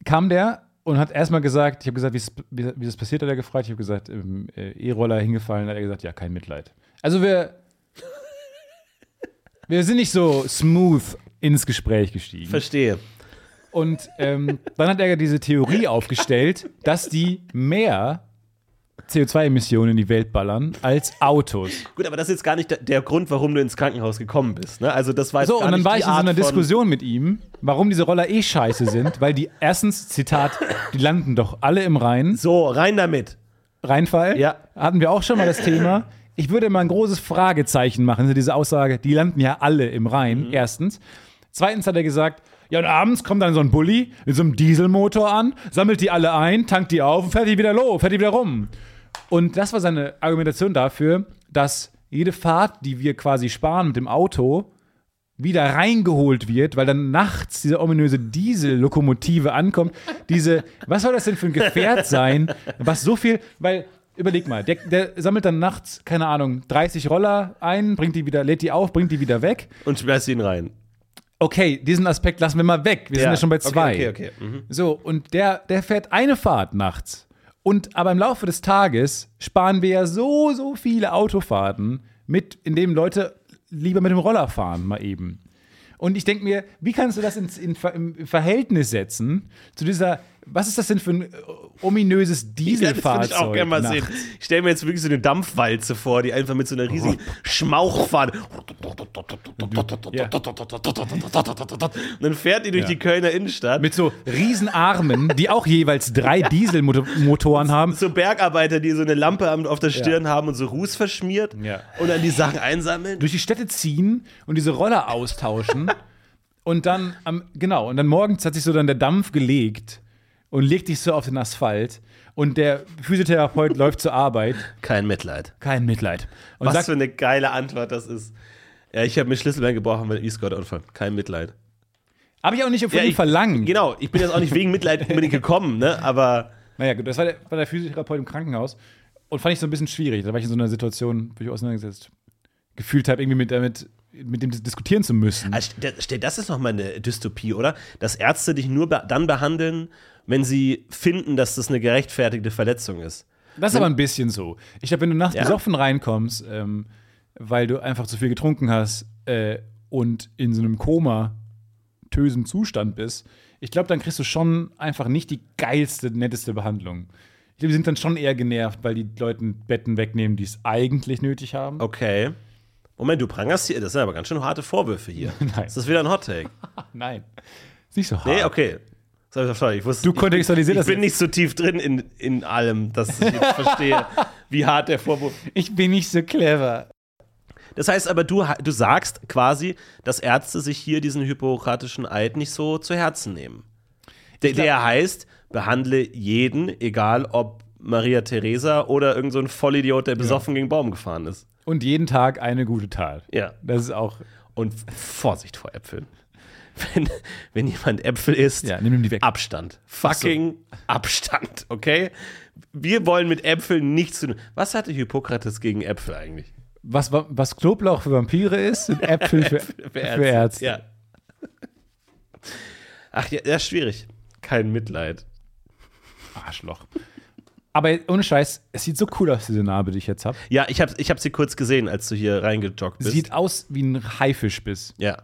[SPEAKER 2] kam der und hat erstmal gesagt, ich habe gesagt, wie es- wie wie das passiert, hat er gefragt. Ich habe gesagt, ähm, äh, E-Roller hingefallen, hat er gesagt, ja, kein Mitleid. Also wir, wir sind nicht so smooth ins Gespräch gestiegen.
[SPEAKER 3] Verstehe.
[SPEAKER 2] Und ähm, dann hat er diese Theorie aufgestellt, dass die mehr CO2-Emissionen in die Welt ballern als Autos.
[SPEAKER 3] Gut, aber das ist jetzt gar nicht der, der Grund, warum du ins Krankenhaus gekommen bist. Ne? Also das war jetzt
[SPEAKER 2] So,
[SPEAKER 3] gar
[SPEAKER 2] und dann
[SPEAKER 3] nicht
[SPEAKER 2] war
[SPEAKER 3] die
[SPEAKER 2] ich in so
[SPEAKER 3] Art
[SPEAKER 2] einer
[SPEAKER 3] von-
[SPEAKER 2] Diskussion mit ihm, warum diese Roller eh scheiße sind, weil die erstens, Zitat, die landen doch alle im Rhein.
[SPEAKER 3] So, rein damit.
[SPEAKER 2] Rheinfall,
[SPEAKER 3] Ja.
[SPEAKER 2] hatten wir auch schon mal das Thema. Ich würde mal ein großes Fragezeichen machen hinter diese Aussage, die landen ja alle im Rhein,
[SPEAKER 3] Mhm.
[SPEAKER 2] erstens. Zweitens hat er gesagt, ja, und abends kommt dann so ein Bulli mit so einem Dieselmotor an, sammelt die alle ein, tankt die auf und fährt die wieder los, fährt die wieder rum. Und das war seine Argumentation dafür, dass jede Fahrt, die wir quasi sparen mit dem Auto, wieder reingeholt wird, weil dann nachts diese ominöse Diesellokomotive ankommt. Diese, was soll das denn für ein Gefährt sein, was so viel, weil überleg mal, der, der sammelt dann nachts, keine Ahnung, 30 Roller ein, bringt die wieder, lädt die auf, bringt die wieder weg.
[SPEAKER 3] Und schmeißt ihn rein.
[SPEAKER 2] Okay, diesen Aspekt lassen wir mal weg. Wir sind ja schon bei
[SPEAKER 3] Okay,
[SPEAKER 2] zwei.
[SPEAKER 3] Okay, okay. Mhm.
[SPEAKER 2] So, und der, der fährt eine Fahrt nachts. Und aber im Laufe des Tages sparen wir ja so, so viele Autofahrten mit, indem Leute lieber mit dem Roller fahren, mal eben. Und ich denke mir, wie kannst du das ins, in, Ver- im Verhältnis setzen zu dieser, was ist das denn für ein äh, ominöses
[SPEAKER 3] Ja, Das würde
[SPEAKER 2] Dieselfahrzeug?
[SPEAKER 3] ich auch gerne mal
[SPEAKER 2] nach-
[SPEAKER 3] sehen. Ich stelle mir jetzt wirklich so eine Dampfwalze vor, die einfach mit so einer riesigen Schmauchfahne.
[SPEAKER 2] Oh. Ja.
[SPEAKER 3] Und dann fährt die durch
[SPEAKER 2] Ja.
[SPEAKER 3] die Kölner Innenstadt.
[SPEAKER 2] Mit so riesen Armen, die auch jeweils drei Dieselmotoren haben.
[SPEAKER 3] so Bergarbeiter, die so eine Lampe am- auf der Stirn haben und so Ruß verschmiert
[SPEAKER 2] Ja.
[SPEAKER 3] und dann die Sachen einsammeln.
[SPEAKER 2] durch die Städte ziehen und diese Roller
[SPEAKER 3] <laughs>
[SPEAKER 2] austauschen. und dann am, genau, und dann morgens hat sich so dann der Dampf gelegt und legt dich so auf den Asphalt. Und der
[SPEAKER 3] <laughs>
[SPEAKER 2] Physiotherapeut läuft zur Arbeit.
[SPEAKER 3] Kein Mitleid.
[SPEAKER 2] Kein Mitleid. Und
[SPEAKER 3] Was
[SPEAKER 2] sagt,
[SPEAKER 3] für eine geile Antwort das ist. Ja, ich habe mir Schlüsselbein gebrochen bei einem E-Scooter-Unfall. Kein Mitleid.
[SPEAKER 2] habe ich auch nicht von
[SPEAKER 3] Ja,
[SPEAKER 2] ihm
[SPEAKER 3] ich-
[SPEAKER 2] verlangen.
[SPEAKER 3] Genau, ich bin jetzt auch nicht wegen <laughs> Mitleid unbedingt gekommen, ne? aber
[SPEAKER 2] Naja, gut, das war der, war der Physiotherapeut im Krankenhaus. Und fand ich so ein bisschen schwierig. Da war ich in so einer Situation, wo ich auseinandergesetzt gefühlt habe, irgendwie mit, damit, mit dem dis- diskutieren zu müssen.
[SPEAKER 3] also, st- st- das ist nochmal eine Dystopie, oder? Dass Ärzte dich nur be dann behandeln, wenn sie finden, dass das eine gerechtfertigte Verletzung ist.
[SPEAKER 2] Ne? Das ist aber ein bisschen so. Ich glaube, wenn du nachts besoffen reinkommst, ähm, weil du einfach zu viel getrunken hast äh, und in so einem Koma, tösen Zustand bist, ich glaube, dann kriegst du schon einfach nicht die geilste, netteste Behandlung. Ich glaube, die sind dann schon eher genervt, weil die Leuten Betten wegnehmen, die es eigentlich nötig haben.
[SPEAKER 3] Okay. Moment, du prangerst hier. Das sind aber ganz schön harte Vorwürfe <laughs> hier.
[SPEAKER 2] Nein.
[SPEAKER 3] Ist das wieder ein Hot Take?
[SPEAKER 2] Nein. Ist nicht so hart.
[SPEAKER 3] Nee, okay. Das hab ich doch verstanden. ich wusste,
[SPEAKER 2] Ah, Du kontextualisierst
[SPEAKER 3] ich,
[SPEAKER 2] das
[SPEAKER 3] ich bin nicht so tief drin in, in allem, dass
[SPEAKER 2] <laughs>
[SPEAKER 3] ich jetzt verstehe, wie hart der Vorwurf
[SPEAKER 2] Ich bin nicht so clever.
[SPEAKER 3] Das heißt aber, du, ha- du sagst quasi, dass Ärzte sich hier diesen hypokratischen Eid nicht so zu Herzen nehmen. Der, der heißt, behandle jeden, egal ob Maria Theresa oder irgend so ein Vollidiot, der besoffen gegen Baum gefahren ist.
[SPEAKER 2] Und jeden Tag eine gute Tat.
[SPEAKER 3] Ja.
[SPEAKER 2] Das ist auch.
[SPEAKER 3] Und Vorsicht vor Äpfeln. Wenn, wenn jemand Äpfel isst,
[SPEAKER 2] Ja, nimm ihm die weg.
[SPEAKER 3] Abstand. Fucking Abstand, okay? Wir wollen mit Äpfeln nichts zu tun. Was hatte Hippokrates gegen Äpfel eigentlich?
[SPEAKER 2] Was, was Knoblauch für Vampire ist, <laughs> sind Äpfel für, für Ärzte.
[SPEAKER 3] Ja. Ach ja, ja, schwierig. Kein Mitleid.
[SPEAKER 2] Arschloch. Aber ohne Scheiß, es sieht so cool aus, diese Narbe, die ich jetzt habe.
[SPEAKER 3] Ja, ich habe ich hab sie kurz gesehen, als du hier reingejoggt bist.
[SPEAKER 2] Sieht aus wie ein Haifischbiss.
[SPEAKER 3] ja.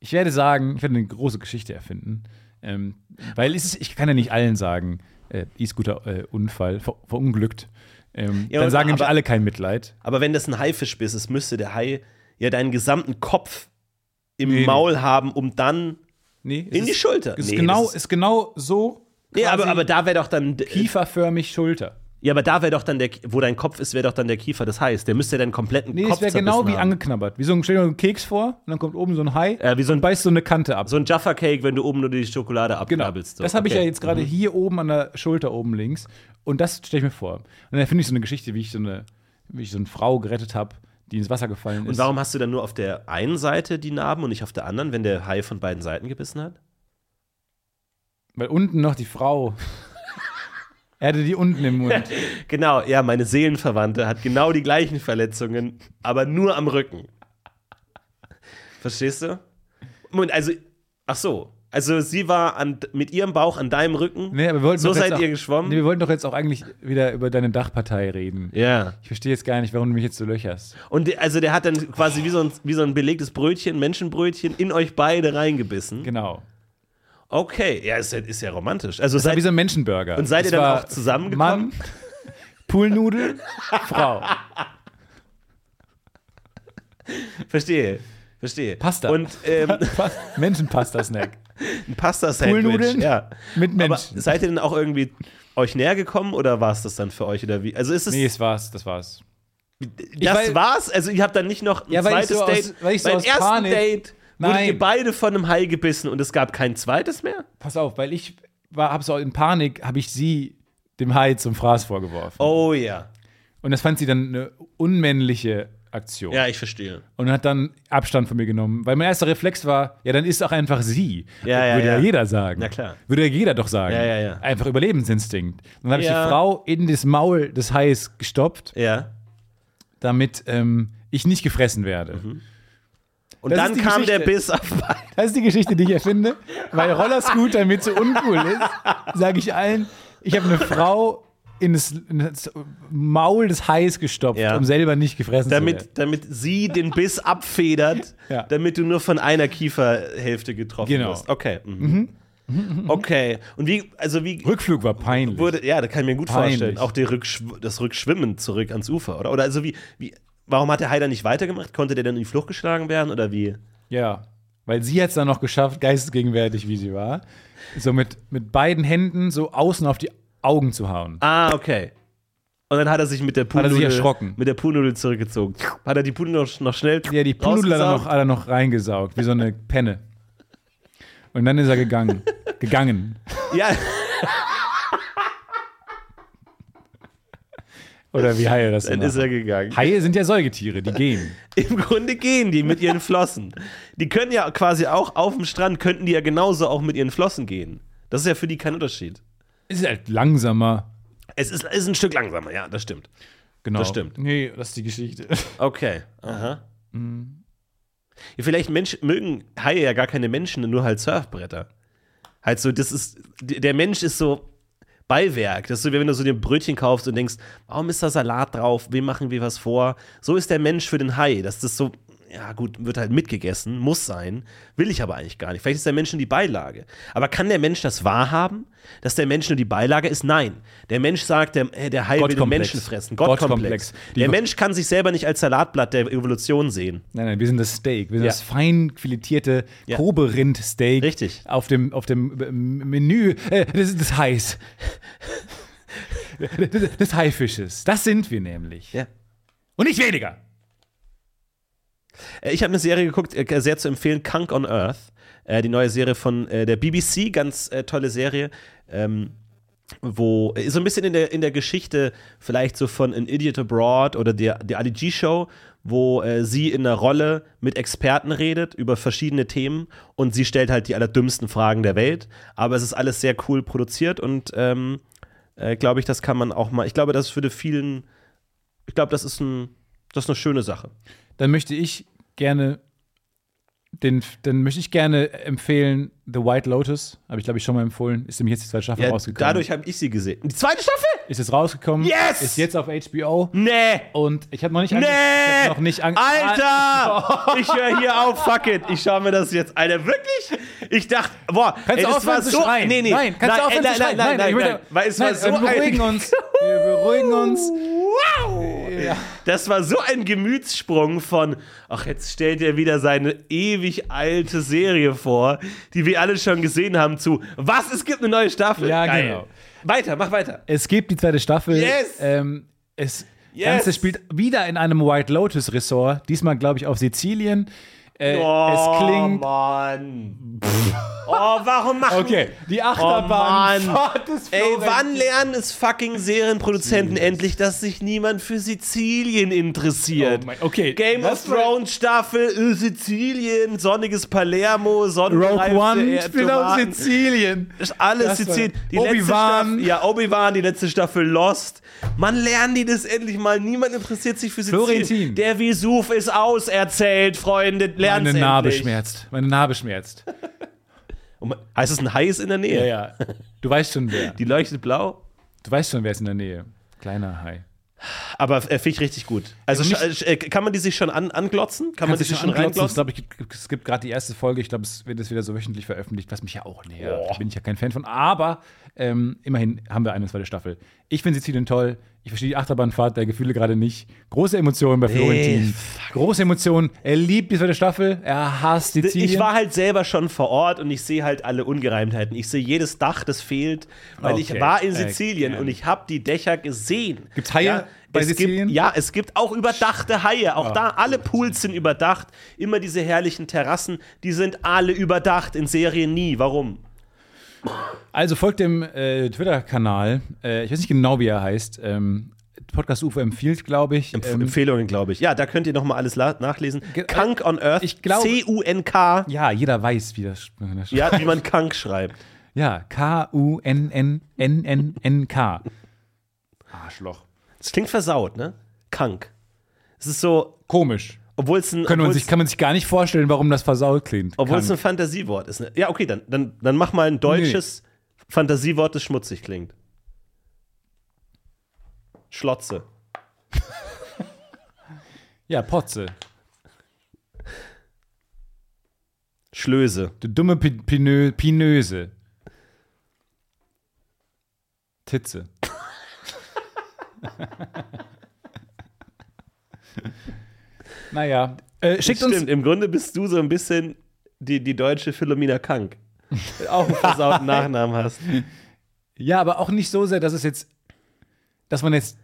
[SPEAKER 2] Ich werde sagen, ich werde eine große Geschichte erfinden. Ähm, weil es ist, ich kann ja nicht allen sagen, äh, E-Scooter-Unfall, ver verunglückt. Ähm,
[SPEAKER 3] Ja,
[SPEAKER 2] dann
[SPEAKER 3] aber-
[SPEAKER 2] sagen nämlich
[SPEAKER 3] aber-
[SPEAKER 2] alle kein Mitleid.
[SPEAKER 3] Aber wenn das ein Haifischbiss ist, müsste der Hai ja deinen gesamten Kopf im Maul haben, um dann.
[SPEAKER 2] Nee, es
[SPEAKER 3] In die
[SPEAKER 2] ist-
[SPEAKER 3] Schulter.
[SPEAKER 2] Ist,
[SPEAKER 3] Nee,
[SPEAKER 2] genau,
[SPEAKER 3] das
[SPEAKER 2] ist,
[SPEAKER 3] ist-
[SPEAKER 2] genau so.
[SPEAKER 3] Nee, aber,
[SPEAKER 2] quasi
[SPEAKER 3] aber da wäre doch dann.
[SPEAKER 2] Kieferförmig Schulter.
[SPEAKER 3] Ja, aber da wäre doch dann der. Wo dein Kopf ist, wäre doch dann der Kiefer. Das heißt, der müsste ja deinen kompletten
[SPEAKER 2] Nee,
[SPEAKER 3] Kopf
[SPEAKER 2] es wäre genau
[SPEAKER 3] zerbissen
[SPEAKER 2] wie
[SPEAKER 3] haben.
[SPEAKER 2] angeknabbert. Wie so ein, stell dir einen Keks vor und dann kommt oben so ein Hai
[SPEAKER 3] Äh, wie so ein-
[SPEAKER 2] und beißt so eine Kante ab.
[SPEAKER 3] So ein Jaffa-Cake, wenn du oben nur die Schokolade
[SPEAKER 2] genau.
[SPEAKER 3] abgabelst. so.
[SPEAKER 2] Das habe ich
[SPEAKER 3] Okay. Mhm.
[SPEAKER 2] ja jetzt gerade hier oben an der Schulter oben links. Und das stelle ich mir vor. Und dann finde ich so eine Geschichte, wie ich so eine, wie ich so eine Frau gerettet habe, die ins Wasser gefallen
[SPEAKER 3] Und
[SPEAKER 2] ist.
[SPEAKER 3] warum hast du dann nur auf der einen Seite die Narben und nicht auf der anderen, wenn der Hai von beiden Seiten gebissen hat?
[SPEAKER 2] Weil unten noch die Frau. er hatte die unten im
[SPEAKER 3] <laughs>
[SPEAKER 2] Mund.
[SPEAKER 3] Genau, ja, meine Seelenverwandte hat genau die gleichen Verletzungen, aber nur am Rücken. Verstehst du? Moment, also, ach so. Also, sie war an, mit ihrem Bauch an deinem Rücken.
[SPEAKER 2] Nee, aber wir wollten
[SPEAKER 3] so
[SPEAKER 2] doch jetzt
[SPEAKER 3] seid
[SPEAKER 2] auch,
[SPEAKER 3] ihr geschwommen?
[SPEAKER 2] Nee, wir wollten doch jetzt auch eigentlich wieder über deine Dachpartei reden.
[SPEAKER 3] ja.
[SPEAKER 2] Ich verstehe jetzt gar nicht, warum du mich jetzt so löcherst.
[SPEAKER 3] Und der- also, der hat dann quasi wie so, ein, wie so ein belegtes Brötchen, Menschenbrötchen, in euch beide reingebissen.
[SPEAKER 2] Genau.
[SPEAKER 3] Okay, ja, ist, ja- ist ja romantisch. Also,
[SPEAKER 2] Das war
[SPEAKER 3] seid,
[SPEAKER 2] wie so ein Menschenburger.
[SPEAKER 3] Und seid
[SPEAKER 2] Das
[SPEAKER 3] ihr dann
[SPEAKER 2] war
[SPEAKER 3] auch zusammengekommen?
[SPEAKER 2] Mann,
[SPEAKER 3] <laughs>
[SPEAKER 2] Poolnudel, Frau.
[SPEAKER 3] verstehe.
[SPEAKER 2] <laughs>
[SPEAKER 3] Verstehe.
[SPEAKER 2] Pasta.
[SPEAKER 3] Und ähm,
[SPEAKER 2] Menschenpasta-Snack.
[SPEAKER 3] ein Pasta-Sandwich.
[SPEAKER 2] Poolnudeln?
[SPEAKER 3] Ja.
[SPEAKER 2] Mit
[SPEAKER 3] Aber
[SPEAKER 2] Menschen.
[SPEAKER 3] seid ihr denn auch irgendwie euch näher gekommen oder war es das dann für euch oder wie? Also ist es
[SPEAKER 2] nee, das war's, das war's.
[SPEAKER 3] das
[SPEAKER 2] weil-
[SPEAKER 3] war's? Also ihr habt dann nicht noch ein
[SPEAKER 2] Ja, weil ich
[SPEAKER 3] zweites
[SPEAKER 2] so aus-
[SPEAKER 3] Date?
[SPEAKER 2] weil ich so
[SPEAKER 3] Beim
[SPEAKER 2] aus
[SPEAKER 3] ersten
[SPEAKER 2] Panik-
[SPEAKER 3] Date wurdet
[SPEAKER 2] Nein.
[SPEAKER 3] ihr beide von einem Hai gebissen und es gab kein zweites mehr?
[SPEAKER 2] Pass auf, weil ich war, hab so in Panik, habe ich sie dem Hai zum Fraß vorgeworfen.
[SPEAKER 3] Oh ja.
[SPEAKER 2] Und das fand sie dann eine unmännliche Aktion.
[SPEAKER 3] Ja, ich verstehe.
[SPEAKER 2] und hat dann Abstand von mir genommen. Weil mein erster Reflex war, ja, dann ist auch einfach sie.
[SPEAKER 3] Ja, ja,
[SPEAKER 2] Würde ja,
[SPEAKER 3] ja.
[SPEAKER 2] jeder sagen.
[SPEAKER 3] Na klar.
[SPEAKER 2] Würde ja jeder doch sagen.
[SPEAKER 3] Ja, ja, ja.
[SPEAKER 2] Einfach Überlebensinstinkt. Und dann habe ich
[SPEAKER 3] Ja.
[SPEAKER 2] die Frau in das Maul des Hais gestopft,
[SPEAKER 3] Ja.
[SPEAKER 2] damit ähm, ich nicht gefressen werde.
[SPEAKER 3] Mhm. Und
[SPEAKER 2] Das
[SPEAKER 3] dann
[SPEAKER 2] ist die
[SPEAKER 3] kam der Biss
[SPEAKER 2] Geschichte.
[SPEAKER 3] auf beide.
[SPEAKER 2] Das ist die Geschichte, die ich erfinde. Weil Rollerscooter mir zu uncool ist, sage ich allen, ich habe eine Frau in das, in das Maul des Hais gestopft,
[SPEAKER 3] Ja.
[SPEAKER 2] um selber nicht gefressen zu werden.
[SPEAKER 3] Damit, damit sie den Biss abfedert,
[SPEAKER 2] <laughs> Ja.
[SPEAKER 3] damit du nur von einer Kieferhälfte getroffen
[SPEAKER 2] Genau.
[SPEAKER 3] wirst. Okay. Mhm. Okay. Und wie, also wie,
[SPEAKER 2] Rückflug war peinlich.
[SPEAKER 3] Wurde, ja, da kann ich mir gut
[SPEAKER 2] Peinlich.
[SPEAKER 3] vorstellen. Auch die Rückschw das Rückschwimmen zurück ans Ufer, oder? Oder also wie, wie, warum hat der Heider nicht weitergemacht? Konnte der dann in die Flucht geschlagen werden oder wie?
[SPEAKER 2] Ja, weil sie hat es dann noch geschafft, geistesgegenwärtig wie sie war, so mit, mit beiden Händen so außen auf die Augen zu hauen.
[SPEAKER 3] Ah, okay. Und dann hat er sich mit der
[SPEAKER 2] er
[SPEAKER 3] Poolnudel,
[SPEAKER 2] sich erschrocken.
[SPEAKER 3] Mit der Poolnudel zurückgezogen. Hat er die Poolnudel noch, noch schnell
[SPEAKER 2] Ja, die Pudel hat er noch,
[SPEAKER 3] rausgesaugt?
[SPEAKER 2] hat er noch reingesaugt, wie so eine Penne. Und dann ist er gegangen. gegangen.
[SPEAKER 3] Ja, <laughs>
[SPEAKER 2] Oder wie Haie das
[SPEAKER 3] dann
[SPEAKER 2] immer-
[SPEAKER 3] ist er gegangen.
[SPEAKER 2] Haie sind ja Säugetiere, die gehen.
[SPEAKER 3] Im Grunde gehen die mit ihren Flossen. Die können ja quasi auch auf dem Strand, könnten die ja genauso auch mit ihren Flossen gehen. Das ist ja für die kein Unterschied.
[SPEAKER 2] Es ist halt langsamer.
[SPEAKER 3] Es ist, ist ein Stück langsamer, ja, das stimmt.
[SPEAKER 2] Genau.
[SPEAKER 3] Das stimmt.
[SPEAKER 2] Nee, das ist die Geschichte.
[SPEAKER 3] Okay. Aha. Ja, vielleicht Mensch, mögen Haie ja gar keine Menschen, nur halt Surfbretter. Halt so, das ist, d- der Mensch ist so Beiwerk. Das ist so, wie wenn du so dir ein Brötchen kaufst und denkst, warum ist da Salat drauf? Wem machen wir was vor? So ist der Mensch für den Hai. Das ist so, ja gut, wird halt mitgegessen, muss sein, will ich aber eigentlich gar nicht. Vielleicht ist der Mensch nur die Beilage. Aber kann der Mensch das wahrhaben, dass der Mensch nur die Beilage ist? Nein. Der Mensch sagt, der, äh, der Hai will den
[SPEAKER 2] Gottkomplex.
[SPEAKER 3] Menschen fressen.
[SPEAKER 2] Gottkomplex.
[SPEAKER 3] Gottkomplex.
[SPEAKER 2] Die-
[SPEAKER 3] Der Mensch kann sich selber nicht als Salatblatt der Evolution sehen.
[SPEAKER 2] <laughs> Nein, nein, wir sind das Steak. Wir sind
[SPEAKER 3] Ja.
[SPEAKER 2] das fein filetierte
[SPEAKER 3] Ja.
[SPEAKER 2] Kobe-Rind-Steak.
[SPEAKER 3] Richtig.
[SPEAKER 2] Auf dem, auf dem äh, Menü äh, des, des Hais. des, des Haifisches. <laughs> Das sind wir nämlich.
[SPEAKER 3] Ja.
[SPEAKER 2] Und nicht weniger.
[SPEAKER 3] Äh, Ich habe eine Serie geguckt, äh, sehr zu empfehlen, Kunk on Earth. Äh, die neue Serie von äh, der BBC, ganz äh, tolle Serie. Ähm, wo äh, so ein bisschen in der, in der Geschichte vielleicht so von An Idiot Abroad oder der, der Ali G Show, wo äh, sie in einer Rolle mit Experten redet über verschiedene Themen und sie stellt halt die allerdümmsten Fragen der Welt. Aber es ist alles sehr cool produziert und ähm, äh, glaube ich, das kann man auch mal. Ich glaube, das würde vielen. Ich glaube, das ist ein, das ist eine schöne Sache.
[SPEAKER 2] Dann möchte ich gerne den, dann möchte ich gerne empfehlen The White Lotus. Habe ich, glaube ich, schon mal empfohlen. Ist nämlich jetzt die zweite Staffel
[SPEAKER 3] Ja,
[SPEAKER 2] rausgekommen.
[SPEAKER 3] dadurch habe ich sie gesehen. Die zweite Staffel?
[SPEAKER 2] ist jetzt rausgekommen.
[SPEAKER 3] Yes!
[SPEAKER 2] Ist jetzt auf HBO.
[SPEAKER 3] Nee.
[SPEAKER 2] Und ich habe noch nicht
[SPEAKER 3] Nee.
[SPEAKER 2] ange- ich hab noch nicht ange-
[SPEAKER 3] Alter! Ich höre hier auf, fuck it. Ich schaue mir das jetzt Alter, wirklich? Ich dachte, boah,
[SPEAKER 2] <laughs> Kannst
[SPEAKER 3] ey,
[SPEAKER 2] du
[SPEAKER 3] das
[SPEAKER 2] aufhören
[SPEAKER 3] war
[SPEAKER 2] zu
[SPEAKER 3] so
[SPEAKER 2] schreien?
[SPEAKER 3] Nee, nee.
[SPEAKER 2] Nein, kannst du
[SPEAKER 3] nein,
[SPEAKER 2] aufhören
[SPEAKER 3] ey,
[SPEAKER 2] zu
[SPEAKER 3] nein,
[SPEAKER 2] schreien?
[SPEAKER 3] nein, nein,
[SPEAKER 2] ich
[SPEAKER 3] nein,
[SPEAKER 2] möchte-
[SPEAKER 3] nein, weil es war
[SPEAKER 2] nein,
[SPEAKER 3] so
[SPEAKER 2] wir beruhigen
[SPEAKER 3] ein,
[SPEAKER 2] uns. Wir beruhigen uns.
[SPEAKER 3] Wow! Das war so ein Gemütssprung von, ach, jetzt stellt er wieder seine ewig alte Serie vor, die wir alle schon gesehen haben, zu, was, es gibt eine neue Staffel?
[SPEAKER 2] Ja,
[SPEAKER 3] Geil.
[SPEAKER 2] genau.
[SPEAKER 3] Weiter, mach weiter.
[SPEAKER 2] Es gibt die zweite Staffel.
[SPEAKER 3] Yes!
[SPEAKER 2] Ähm, es
[SPEAKER 3] Yes!
[SPEAKER 2] Ganze spielt wieder in einem White Lotus Resort. Diesmal, glaube ich, auf Sizilien. Äh,
[SPEAKER 3] Oh,
[SPEAKER 2] es klingt.
[SPEAKER 3] Mann. oh, warum machen
[SPEAKER 2] Okay, die Achterbahn.
[SPEAKER 3] Oh, Mann.
[SPEAKER 2] Fahrt des
[SPEAKER 3] Ey,
[SPEAKER 2] Florenz.
[SPEAKER 3] wann lernen es fucking Serienproduzenten endlich, dass sich niemand für Sizilien interessiert?
[SPEAKER 2] Oh mein- okay,
[SPEAKER 3] Game of
[SPEAKER 2] das war-
[SPEAKER 3] Thrones Staffel, äh, Sizilien, sonniges Palermo,
[SPEAKER 2] Rogue
[SPEAKER 3] sonnenreifte
[SPEAKER 2] One
[SPEAKER 3] Erd-
[SPEAKER 2] spielt auf
[SPEAKER 3] Tomaten.
[SPEAKER 2] Sizilien.
[SPEAKER 3] Ist alles
[SPEAKER 2] Das war-
[SPEAKER 3] Sizilien. Die letzte
[SPEAKER 2] Obi-Wan.
[SPEAKER 3] Staffel- Ja, Obi-Wan, die letzte Staffel Lost. Mann, lernen die das endlich mal. Niemand interessiert sich für Sizilien.
[SPEAKER 2] Florentin.
[SPEAKER 3] Der Vesuv ist auserzählt, Freunde. Lernt's
[SPEAKER 2] Meine Narbe
[SPEAKER 3] endlich.
[SPEAKER 2] schmerzt. Meine Narbe schmerzt.
[SPEAKER 3] Oh mein- Heißt es ein Hai ist in der Nähe?
[SPEAKER 2] Ja, ja. Du weißt schon wer.
[SPEAKER 3] Die leuchtet blau.
[SPEAKER 2] Du weißt schon, wer ist in der Nähe. Kleiner Hai.
[SPEAKER 3] Aber äh, finde ich richtig gut. Also
[SPEAKER 2] Ja,
[SPEAKER 3] scha- äh, kann man die sich schon an, anglotzen? Kann man die
[SPEAKER 2] Kannst du
[SPEAKER 3] sich
[SPEAKER 2] schon
[SPEAKER 3] schon
[SPEAKER 2] anglotzen? Ich
[SPEAKER 3] reinglotzen?
[SPEAKER 2] glaube, ich- es gibt gerade die erste Folge. Ich glaube, es wird jetzt wieder so wöchentlich veröffentlicht, was mich ja auch näher.
[SPEAKER 3] Boah.
[SPEAKER 2] Da bin ich ja kein Fan von. Aber ähm, immerhin haben wir eine zweite Staffel. Ich finde Sizilien toll. Ich verstehe die Achterbahnfahrt der Gefühle gerade nicht. Große Emotionen bei Florentin. Große Emotionen. Er liebt die zweite Staffel. Er hasst Sizilien.
[SPEAKER 3] Ich war halt selber schon vor Ort und ich sehe halt alle Ungereimtheiten. Ich sehe jedes Dach, das fehlt, weil
[SPEAKER 2] Okay.
[SPEAKER 3] ich war in
[SPEAKER 2] Äh,
[SPEAKER 3] Sizilien
[SPEAKER 2] ja.
[SPEAKER 3] und ich habe die Dächer gesehen.
[SPEAKER 2] Gibt's Haie
[SPEAKER 3] ja,
[SPEAKER 2] bei
[SPEAKER 3] es
[SPEAKER 2] Sizilien? Ah,
[SPEAKER 3] Gibt, ja, es gibt auch überdachte Haie. Auch da, alle Pools sind überdacht. Immer diese herrlichen Terrassen, die sind alle überdacht. In Serien nie. Warum?
[SPEAKER 2] Also folgt dem äh, Twitter-Kanal. Äh, ich weiß nicht genau, wie er heißt. Ähm, Podcast UFO empfiehlt, glaube ich.
[SPEAKER 3] Empf
[SPEAKER 2] Ähm,
[SPEAKER 3] Empfehlungen, glaube ich. Ja, da könnt ihr nochmal alles la- nachlesen.
[SPEAKER 2] Ge-
[SPEAKER 3] Kunk on Earth.
[SPEAKER 2] Ich glaube-
[SPEAKER 3] C-U-N-K.
[SPEAKER 2] ja, jeder weiß, wie das.
[SPEAKER 3] Ja, wie man Kunk schreibt.
[SPEAKER 2] Ja, K-U-N-N-N-N-N-K. Arschloch.
[SPEAKER 3] Es klingt versaut, ne? Kank. Es ist so,
[SPEAKER 2] Komisch.
[SPEAKER 3] obwohl es ein,
[SPEAKER 2] Können wir uns
[SPEAKER 3] obwohl's-
[SPEAKER 2] sich, kann man sich gar nicht vorstellen, warum das versaut klingt.
[SPEAKER 3] obwohl es
[SPEAKER 2] Kann.
[SPEAKER 3] ein Fantasiewort ist. Ne? Ja, okay, dann, dann, dann mach mal ein deutsches Fantasiewort, das schmutzig klingt. Schlotze.
[SPEAKER 2] ja, Potze.
[SPEAKER 3] Schlöse.
[SPEAKER 2] Du dumme Pi- Pinö Pinöse.
[SPEAKER 3] <laughs>
[SPEAKER 2] Titze. naja. Äh, schickt uns
[SPEAKER 3] Stimmt, im Grunde bist du so ein bisschen die, die deutsche Philomena Kank. Auch einen
[SPEAKER 2] <laughs>
[SPEAKER 3] versauten Nachnamen hast.
[SPEAKER 2] Ja, aber auch nicht so sehr, dass es jetzt, dass man jetzt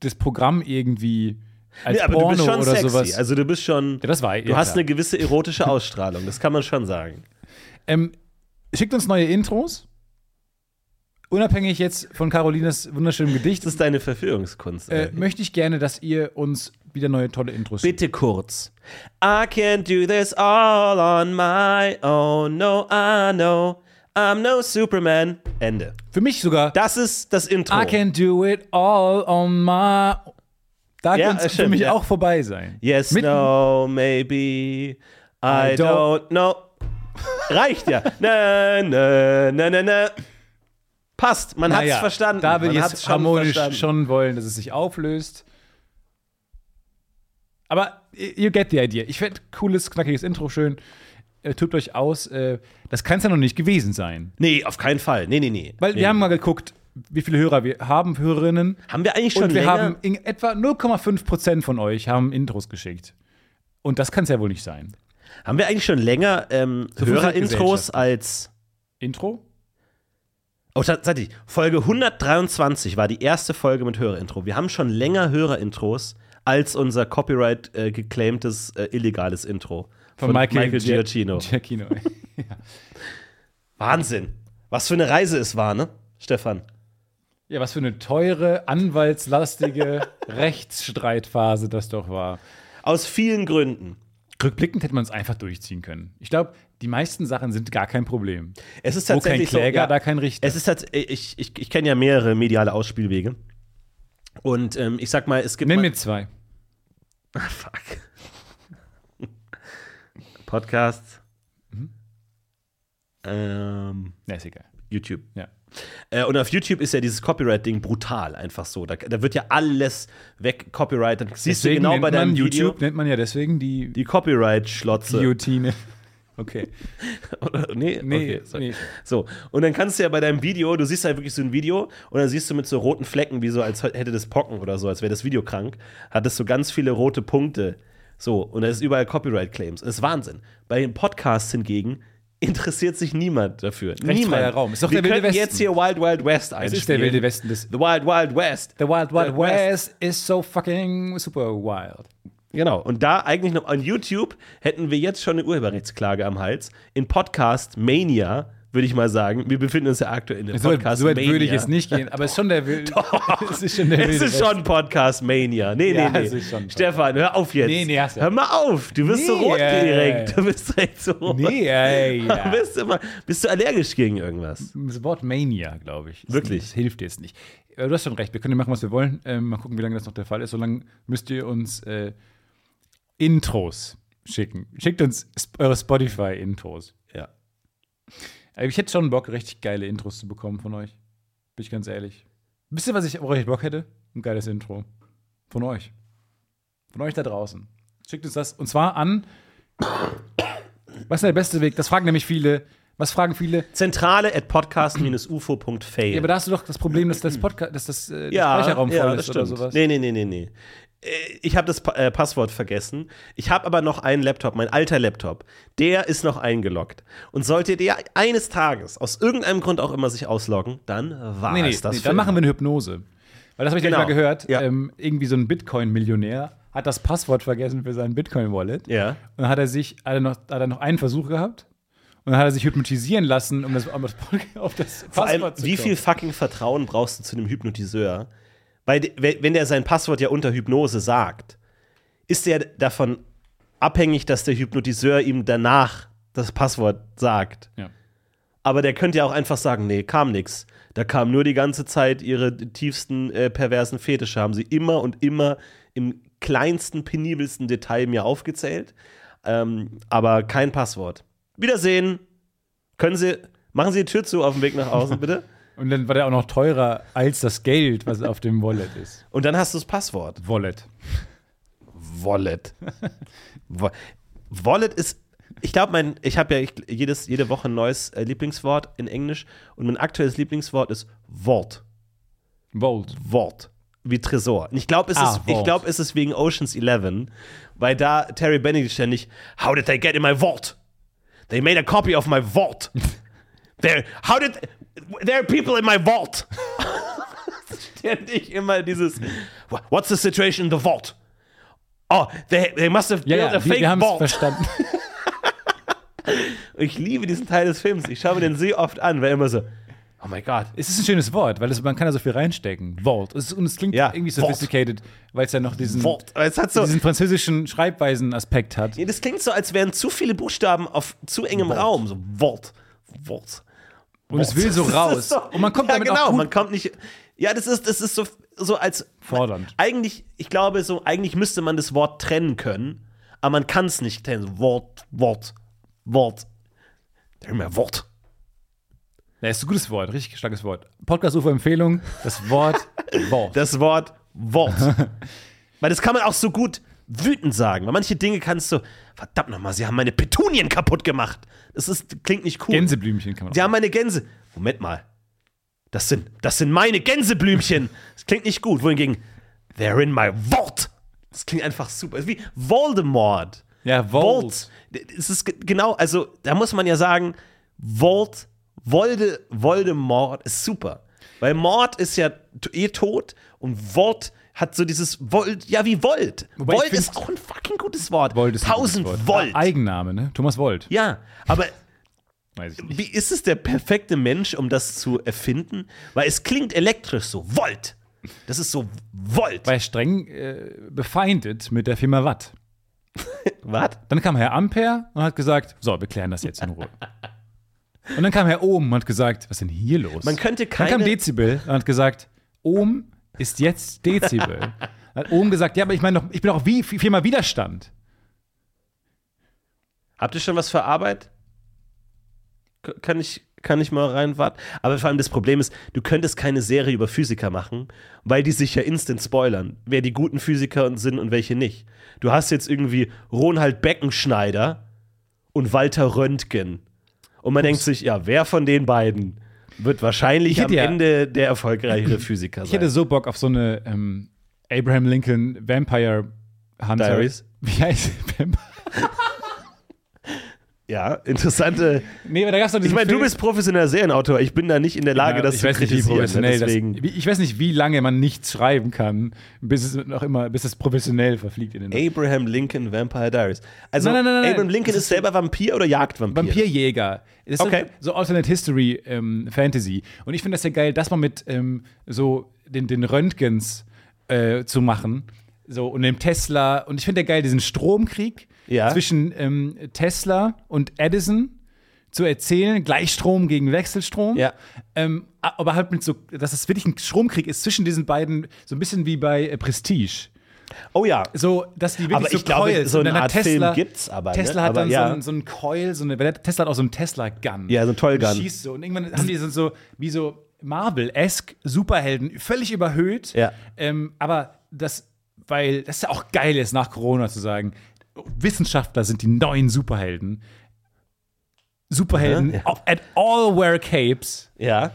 [SPEAKER 2] das Programm irgendwie als
[SPEAKER 3] Ja, aber
[SPEAKER 2] Porno
[SPEAKER 3] du bist schon
[SPEAKER 2] oder
[SPEAKER 3] sexy.
[SPEAKER 2] sowas.
[SPEAKER 3] Also du bist schon.
[SPEAKER 2] ja, das war
[SPEAKER 3] Du hast eine gewisse erotische Ausstrahlung, das kann man schon sagen.
[SPEAKER 2] ähm, Schickt uns neue Intros. Unabhängig jetzt von Carolines wunderschönem Gedicht,
[SPEAKER 3] Das ist deine Verführungskunst.
[SPEAKER 2] äh,
[SPEAKER 3] ey.
[SPEAKER 2] möchte ich gerne, dass ihr uns wieder neue tolle Intros schickt.
[SPEAKER 3] Bitte kurz. I can't do this all on my own. No, I know. I'm no Superman. Ende.
[SPEAKER 2] Für mich sogar.
[SPEAKER 3] Das ist das Intro.
[SPEAKER 2] I can do it all on my. Da
[SPEAKER 3] Ja,
[SPEAKER 2] kann es
[SPEAKER 3] äh,
[SPEAKER 2] für
[SPEAKER 3] stimmt,
[SPEAKER 2] mich
[SPEAKER 3] ja.
[SPEAKER 2] auch vorbei sein.
[SPEAKER 3] yes,
[SPEAKER 2] Mit-
[SPEAKER 3] no, maybe. I,
[SPEAKER 2] I don't-
[SPEAKER 3] <laughs> don't, know. Reicht ja. na, na, na, na, na. Passt, man hat's
[SPEAKER 2] Naja,
[SPEAKER 3] verstanden.
[SPEAKER 2] Da würde
[SPEAKER 3] man
[SPEAKER 2] ich
[SPEAKER 3] hat's
[SPEAKER 2] jetzt
[SPEAKER 3] schon
[SPEAKER 2] harmonisch
[SPEAKER 3] verstanden.
[SPEAKER 2] schon wollen, dass es sich auflöst. Aber äh, you get the idea. Ich fände cooles, knackiges Intro schön. Äh, Tut euch aus. Äh, das kann es ja noch nicht gewesen sein.
[SPEAKER 3] Nee, auf keinen Fall. Nee, nee, nee.
[SPEAKER 2] Weil
[SPEAKER 3] nee.
[SPEAKER 2] wir haben mal geguckt, wie viele Hörer wir haben, Hörerinnen.
[SPEAKER 3] Haben wir eigentlich schon
[SPEAKER 2] und wir
[SPEAKER 3] länger?
[SPEAKER 2] haben in etwa 0,5% von euch haben Intros geschickt. Und das kann es ja wohl nicht sein.
[SPEAKER 3] Haben wir eigentlich schon länger ähm, Hörerintros
[SPEAKER 2] Fluggesellschaft.
[SPEAKER 3] als.
[SPEAKER 2] Intro?
[SPEAKER 3] Oh, tatsächlich. Folge 123 war die erste Folge mit Hörerintro. Wir haben schon länger Hörerintros als unser Copyright äh, geclaimtes äh, illegales Intro
[SPEAKER 2] Von, Michael, Gia-
[SPEAKER 3] Giacchino.
[SPEAKER 2] Giacchino.
[SPEAKER 3] Wahnsinn. Was für eine Reise es war, ne, Stefan?
[SPEAKER 2] Ja, was für eine teure, anwaltslastige
[SPEAKER 3] <laughs>
[SPEAKER 2] Rechtsstreitphase das doch war.
[SPEAKER 3] Aus vielen Gründen.
[SPEAKER 2] Rückblickend hätte man es einfach durchziehen können. Ich glaube, die meisten Sachen sind gar kein Problem.
[SPEAKER 3] Es ist
[SPEAKER 2] Wo kein
[SPEAKER 3] tatsächlich
[SPEAKER 2] Kläger,
[SPEAKER 3] so, ja,
[SPEAKER 2] da kein Richter.
[SPEAKER 3] Es ist tats- äh, ich, ich, ich kenne ja mehrere mediale Ausspielwege. Und ähm, ich sag mal, es gibt
[SPEAKER 2] Nenn
[SPEAKER 3] mal-
[SPEAKER 2] mir zwei.
[SPEAKER 3] <laughs> Fuck. Podcasts.
[SPEAKER 2] Mhm.
[SPEAKER 3] Ähm,
[SPEAKER 2] Na, ist egal.
[SPEAKER 3] YouTube.
[SPEAKER 2] Ja.
[SPEAKER 3] Äh, und auf YouTube ist ja dieses Copyright-Ding brutal, einfach so. Da, da wird ja alles weg Copyright. Dann siehst
[SPEAKER 2] Deswegen
[SPEAKER 3] du genau
[SPEAKER 2] nennt
[SPEAKER 3] bei deinem
[SPEAKER 2] man
[SPEAKER 3] YouTube
[SPEAKER 2] YouTube
[SPEAKER 3] Video
[SPEAKER 2] nennt man ja deswegen die,
[SPEAKER 3] die <laughs> Copyright-Schlotze.
[SPEAKER 2] Guillotine. <laughs> Okay.
[SPEAKER 3] nee,
[SPEAKER 2] Nee,
[SPEAKER 3] okay, sorry.
[SPEAKER 2] nee.
[SPEAKER 3] So, und dann kannst du ja bei deinem Video, du siehst halt wirklich so ein Video und dann siehst du mit so roten Flecken, wie so, als hätte das Pocken oder so, als wäre das Video krank, hattest du ganz viele rote Punkte. So, und da ist überall Copyright-Claims. Das ist Wahnsinn. Bei den Podcasts hingegen interessiert sich niemand dafür. Niemand.
[SPEAKER 2] Raum. Ist doch
[SPEAKER 3] Wir
[SPEAKER 2] der Wilde
[SPEAKER 3] können
[SPEAKER 2] Westen.
[SPEAKER 3] jetzt hier Wild Wild West einspielen.
[SPEAKER 2] Es ist der Wilde Westen des.
[SPEAKER 3] The Wild Wild West.
[SPEAKER 2] The Wild Wild
[SPEAKER 3] Wild West.
[SPEAKER 2] West is so fucking super wild.
[SPEAKER 3] Genau. Und da eigentlich noch an YouTube hätten wir jetzt schon eine Urheberrechtsklage am Hals. In Podcast Mania würde ich mal sagen, wir befinden uns ja aktuell in der
[SPEAKER 2] So weit,
[SPEAKER 3] Podcast
[SPEAKER 2] so weit
[SPEAKER 3] Mania.
[SPEAKER 2] würde ich jetzt nicht gehen, aber es ist <laughs> schon der Wilde. es ist schon der
[SPEAKER 3] Es
[SPEAKER 2] Wilde
[SPEAKER 3] ist schon Podcast Mania. Nee,
[SPEAKER 2] Ja,
[SPEAKER 3] nee,
[SPEAKER 2] es
[SPEAKER 3] nee.
[SPEAKER 2] ist schon-
[SPEAKER 3] Stefan, hör auf jetzt.
[SPEAKER 2] Nee, nee, hast du-
[SPEAKER 3] hör mal auf. Du bist so
[SPEAKER 2] Nee,
[SPEAKER 3] rot
[SPEAKER 2] ey.
[SPEAKER 3] direkt. Du bist direkt so rot.
[SPEAKER 2] Westen. <laughs> Nee, ey,
[SPEAKER 3] Du
[SPEAKER 2] <laughs> ja.
[SPEAKER 3] bist, immer, bist du allergisch gegen irgendwas?
[SPEAKER 2] Das Wort Mania, glaube ich. Das-
[SPEAKER 3] Wirklich?
[SPEAKER 2] Das hilft jetzt nicht. Aber du hast schon recht, wir können ja machen, was wir wollen. Ähm, mal gucken, wie lange das noch der Fall ist. Solange müsst ihr uns äh, Intros schicken. Schickt uns sp eure Spotify-Intros.
[SPEAKER 3] Ja.
[SPEAKER 2] Aber Also, Ich hätte schon Bock, richtig geile Intros zu bekommen von euch. Bin ich ganz ehrlich. Wisst ihr, was ich worauf ich Bock hätte? Ein geiles Intro. Von euch. Von euch da draußen. Schickt uns das. Und zwar an. Was ist der beste Weg? Das fragen nämlich viele. Was fragen viele?
[SPEAKER 3] Zentrale at podcast-ufo.fail.
[SPEAKER 2] Ja, aber da hast du doch das Problem, dass das Podcast, dass das, äh, der Speicherraum voll ist oder sowas.
[SPEAKER 3] Nee, nee, nee, nee, nee. Äh, Ich habe das Pa- äh, Passwort vergessen. Ich habe aber noch einen Laptop, mein alter Laptop. Der ist noch eingeloggt. Und sollte der eines Tages aus irgendeinem Grund auch immer sich ausloggen, dann war
[SPEAKER 2] Nee, nee,
[SPEAKER 3] es das.
[SPEAKER 2] nee,
[SPEAKER 3] für
[SPEAKER 2] dann machen wir
[SPEAKER 3] immer.
[SPEAKER 2] eine Hypnose. Weil das habe ich genau.
[SPEAKER 3] Genau.
[SPEAKER 2] mal gehört.
[SPEAKER 3] Ja.
[SPEAKER 2] Ähm, irgendwie so ein Bitcoin-Millionär hat das Passwort vergessen für sein Bitcoin-Wallet.
[SPEAKER 3] Ja.
[SPEAKER 2] Und dann hat er sich, hat er noch, hat er noch einen Versuch gehabt. Und dann hat er sich hypnotisieren lassen, um das, um das <laughs> auf das Passwort
[SPEAKER 3] Vor allem,
[SPEAKER 2] zu
[SPEAKER 3] wie
[SPEAKER 2] kommen.
[SPEAKER 3] viel fucking Vertrauen brauchst du zu dem Hypnotiseur? Weil, de- we- wenn der sein Passwort ja unter Hypnose sagt, ist er davon abhängig, dass der Hypnotiseur ihm danach das Passwort sagt.
[SPEAKER 2] Ja.
[SPEAKER 3] Aber der könnte ja auch einfach sagen, nee, kam nix. Da kam nur die ganze Zeit ihre tiefsten äh, perversen Fetische, haben sie immer und immer im kleinsten, penibelsten Detail mir aufgezählt. Ähm, aber kein Passwort. Wiedersehen. Können Sie, machen Sie die Tür zu auf dem Weg nach
[SPEAKER 2] <laughs>
[SPEAKER 3] außen, bitte.
[SPEAKER 2] Und dann war der auch noch teurer als das Geld, was auf dem Wallet ist.
[SPEAKER 3] Und dann hast du das Passwort.
[SPEAKER 2] Wallet.
[SPEAKER 3] Wallet. <laughs> Wa- Wallet ist, ich glaube, mein, ich habe ja ich, jedes, jede Woche ein neues äh, Lieblingswort in Englisch und mein aktuelles Lieblingswort ist Vault.
[SPEAKER 2] Volt.
[SPEAKER 3] Wort wie Tresor. Und ich glaube, es,
[SPEAKER 2] Ah,
[SPEAKER 3] ist- ich
[SPEAKER 2] Wort.
[SPEAKER 3] glaub, es ist wegen Ocean's 11, weil da Terry Benedict ständig, how did they get in my vault? They made a copy of my
[SPEAKER 2] <laughs>
[SPEAKER 3] vault. There, how did, there are people in my
[SPEAKER 2] <laughs>
[SPEAKER 3] vault. ständig immer dieses, what's the situation in the vault? Oh, they, they must have
[SPEAKER 2] Ja,
[SPEAKER 3] built
[SPEAKER 2] ja,
[SPEAKER 3] a
[SPEAKER 2] wir,
[SPEAKER 3] fake
[SPEAKER 2] wir haben es
[SPEAKER 3] vault. <laughs>
[SPEAKER 2] verstanden.
[SPEAKER 3] Ich liebe diesen Teil des Films. Ich schaue mir den sehr oft an, weil immer so, oh mein Gott.
[SPEAKER 2] Es ist ein schönes Wort, weil es, man kann da so viel reinstecken. Vault. Es, ist- und es klingt
[SPEAKER 3] Ja,
[SPEAKER 2] irgendwie
[SPEAKER 3] Vault.
[SPEAKER 2] sophisticated, weil es ja noch diesen,
[SPEAKER 3] Vault. Also, Aber Es hat so,
[SPEAKER 2] diesen französischen Schreibweisen-Aspekt hat.
[SPEAKER 3] Ja, das klingt so, als wären zu viele Buchstaben auf zu engem Raum. So Wort, Wort.
[SPEAKER 2] Und es will so
[SPEAKER 3] <laughs> Das ist
[SPEAKER 2] raus.
[SPEAKER 3] so-
[SPEAKER 2] Und man kommt
[SPEAKER 3] ja,
[SPEAKER 2] damit
[SPEAKER 3] genau,
[SPEAKER 2] auch gut
[SPEAKER 3] man kommt nicht. Ja, das ist, das ist so, so als
[SPEAKER 2] fordernd.
[SPEAKER 3] eigentlich, ich glaube, so eigentlich müsste man das Wort trennen können, aber man kann es nicht trennen. So Wort, Wort, Wort. Der immer Wort.
[SPEAKER 2] Das ist ein gutes Wort, richtig starkes Wort. Podcast-UFO-Empfehlung, das
[SPEAKER 3] <laughs>
[SPEAKER 2] Wort Wort.
[SPEAKER 3] Das Wort Wort.
[SPEAKER 2] <laughs>
[SPEAKER 3] Weil das kann man auch so gut wütend sagen. Weil manche Dinge kannst du, verdammt nochmal, sie haben meine Petunien kaputt gemacht. Das ist, klingt nicht cool.
[SPEAKER 2] Gänseblümchen kann man
[SPEAKER 3] Sie haben meine Gänse. Moment mal. Das sind, das sind meine Gänseblümchen. Das klingt nicht gut. Wohingegen, they're in my vault. Das klingt einfach super. Das ist wie Voldemort.
[SPEAKER 2] Ja, Vault.
[SPEAKER 3] Vault. Es ist ge- genau, also da muss man ja sagen, Vault, Volde, Voldemort ist super. Weil Mord ist ja t- eh tot und Wort hat so dieses Volt, ja wie Volt.
[SPEAKER 2] Wobei ich
[SPEAKER 3] Volt ist
[SPEAKER 2] find-
[SPEAKER 3] auch ein fucking gutes Wort.
[SPEAKER 2] Volt ist ein gutes
[SPEAKER 3] 1000
[SPEAKER 2] Wort.
[SPEAKER 3] Volt.
[SPEAKER 2] Eigenname, ne? Thomas Volt.
[SPEAKER 3] Ja, aber
[SPEAKER 2] Weiß ich nicht.
[SPEAKER 3] wie ist es der perfekte Mensch, um das zu erfinden? Weil es klingt elektrisch so. Volt. Das ist so Volt.
[SPEAKER 2] War er streng äh, befeindet mit der Firma Watt.
[SPEAKER 3] Was?
[SPEAKER 2] Dann kam Herr Ampere und hat gesagt, so, wir klären das jetzt in
[SPEAKER 3] <laughs>
[SPEAKER 2] Ruhe. Und dann kam Herr Ohm und hat gesagt, was ist denn hier los?
[SPEAKER 3] Man könnte
[SPEAKER 2] Dann
[SPEAKER 3] keine-
[SPEAKER 2] kam Dezibel und hat gesagt, Ohm ist jetzt
[SPEAKER 3] <laughs>
[SPEAKER 2] Dezibel. Dann hat Ohm gesagt, ja, aber ich meine doch, ich bin doch wie Firma Widerstand.
[SPEAKER 3] Habt ihr schon was für Arbeit? K- Kann ich, kann ich mal reinwarten? Aber vor allem das Problem ist, du könntest keine Serie über Physiker machen, weil die sich ja instant spoilern, wer die guten Physiker sind und welche nicht. Du hast jetzt irgendwie Ronald Beckenschneider und Walter Röntgen. Und man denkt sich, ja, wer von den beiden wird wahrscheinlich
[SPEAKER 2] Ich
[SPEAKER 3] am
[SPEAKER 2] hätte ja-
[SPEAKER 3] Ende der
[SPEAKER 2] <clears throat>
[SPEAKER 3] erfolgreichere Physiker
[SPEAKER 2] Ich hätte
[SPEAKER 3] sein?
[SPEAKER 2] so Bock auf so eine ähm, Abraham Lincoln Vampire Hunter.
[SPEAKER 3] Diaries?
[SPEAKER 2] Wie heißt <laughs> Vampire?
[SPEAKER 3] Ja, interessante.
[SPEAKER 2] Nee, aber da gab's doch
[SPEAKER 3] Ich
[SPEAKER 2] diesen
[SPEAKER 3] meine, du
[SPEAKER 2] Film-
[SPEAKER 3] bist professioneller Serienautor. Ich bin da nicht in der Lage,
[SPEAKER 2] Ja,
[SPEAKER 3] das
[SPEAKER 2] ich
[SPEAKER 3] zu
[SPEAKER 2] weiß nicht, wie
[SPEAKER 3] kritisieren. ne?
[SPEAKER 2] professionell das,
[SPEAKER 3] Deswegen.
[SPEAKER 2] wie- ich weiß nicht, wie lange man nichts schreiben kann, bis es noch immer, bis es professionell verfliegt in den
[SPEAKER 3] Abraham Lincoln Vampire Diaries. Also
[SPEAKER 2] Nein, nein, nein, nein.
[SPEAKER 3] Abraham Lincoln ist selber Vampir oder Jagdvampir?
[SPEAKER 2] Vampirjäger. Das ist
[SPEAKER 3] Okay.
[SPEAKER 2] so, so Alternate History ähm, Fantasy. Und ich finde das ja geil, das mal mit ähm, so den, den Röntgens äh, zu machen. So und dem Tesla. Und ich finde ja geil, diesen Stromkrieg
[SPEAKER 3] Ja.
[SPEAKER 2] zwischen ähm, Tesla und Edison zu erzählen. Gleichstrom gegen Wechselstrom.
[SPEAKER 3] Ja.
[SPEAKER 2] Ähm, aber halt mit so, dass es wirklich ein Stromkrieg ist zwischen diesen beiden, so ein bisschen wie bei äh, Prestige.
[SPEAKER 3] Oh ja.
[SPEAKER 2] So, dass die wirklich
[SPEAKER 3] Aber
[SPEAKER 2] so
[SPEAKER 3] ich glaube,
[SPEAKER 2] Coils.
[SPEAKER 3] so
[SPEAKER 2] Und
[SPEAKER 3] eine
[SPEAKER 2] dann hat
[SPEAKER 3] Art Film
[SPEAKER 2] Tesla,
[SPEAKER 3] gibt's aber, ne?
[SPEAKER 2] Tesla hat
[SPEAKER 3] Aber
[SPEAKER 2] dann
[SPEAKER 3] ja.
[SPEAKER 2] so, einen, so einen Coil, so eine, weil der- Tesla hat auch so einen Tesla-Gun.
[SPEAKER 3] Ja, so einen Tollgun.
[SPEAKER 2] Und Schießt so. Und irgendwann haben die so, so wie so Marvel-esque Superhelden, völlig überhöht.
[SPEAKER 3] Ja.
[SPEAKER 2] Ähm, aber das, weil das ja auch geil ist, nach Corona zu sagen, Wissenschaftler sind die neuen Superhelden. Superhelden at all wear capes.
[SPEAKER 3] Ja.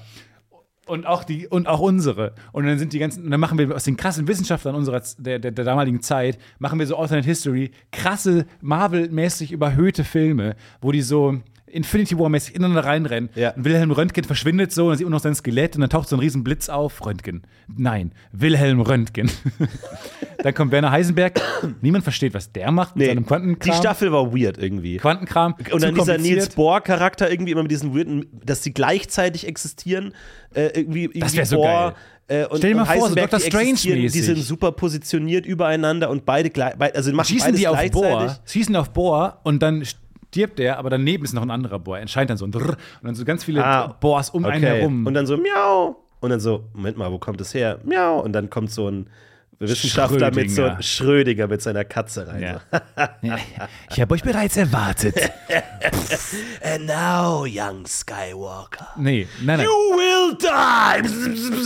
[SPEAKER 2] Und auch die und auch unsere. Und dann sind die ganzen, und dann machen wir aus den krassen Wissenschaftlern unserer Z- der, der, der damaligen Zeit, machen wir so Alternate History, krasse, Marvel-mäßig überhöhte Filme, wo die so Infinity War-mäßig ineinander reinrennen.
[SPEAKER 3] Ja.
[SPEAKER 2] Und Wilhelm Röntgen verschwindet so, und dann sieht man noch sein Skelett und dann taucht so ein riesen Blitz auf. Röntgen. Nein, Wilhelm Röntgen. <laughs> dann kommt Werner Heisenberg. <coughs> Niemand versteht, was der macht mit
[SPEAKER 3] Nee.
[SPEAKER 2] seinem
[SPEAKER 3] Die
[SPEAKER 2] Quantenkram.
[SPEAKER 3] Staffel war weird irgendwie.
[SPEAKER 2] Quantenkram. zu
[SPEAKER 3] Und dann dieser
[SPEAKER 2] kompliziert.
[SPEAKER 3] Niels Bohr-Charakter irgendwie immer mit diesen weirden, dass die gleichzeitig existieren. Äh, irgendwie, irgendwie
[SPEAKER 2] wär so
[SPEAKER 3] Bohr, Äh, und,
[SPEAKER 2] Stell dir mal
[SPEAKER 3] und
[SPEAKER 2] vor, so
[SPEAKER 3] Heisenberg,
[SPEAKER 2] Dr.
[SPEAKER 3] die existieren, Die
[SPEAKER 2] Strange-mäßig.
[SPEAKER 3] sind super positioniert übereinander und beide gleich. beid- Also machen
[SPEAKER 2] schießen
[SPEAKER 3] beides
[SPEAKER 2] die auf
[SPEAKER 3] gleichzeitig.
[SPEAKER 2] Bohr, schießen auf Bohr und dann stirbt der, aber daneben ist noch ein anderer Bohr. Entscheidet dann so ein Drrr und dann so ganz viele
[SPEAKER 3] Ah,
[SPEAKER 2] Bohrs um einen
[SPEAKER 3] Okay.
[SPEAKER 2] herum.
[SPEAKER 3] Und dann so, miau. Und dann so, Moment mal, wo kommt das her? Miau. Und dann kommt so ein Wissenschaftler mit so
[SPEAKER 2] Schrödinger.
[SPEAKER 3] Schrödinger mit seiner Katze rein. <laughs>
[SPEAKER 2] ja. Ja, ich habe euch bereits erwartet.
[SPEAKER 3] So. And now, young Skywalker.
[SPEAKER 2] Nee, nein, nein.
[SPEAKER 3] You will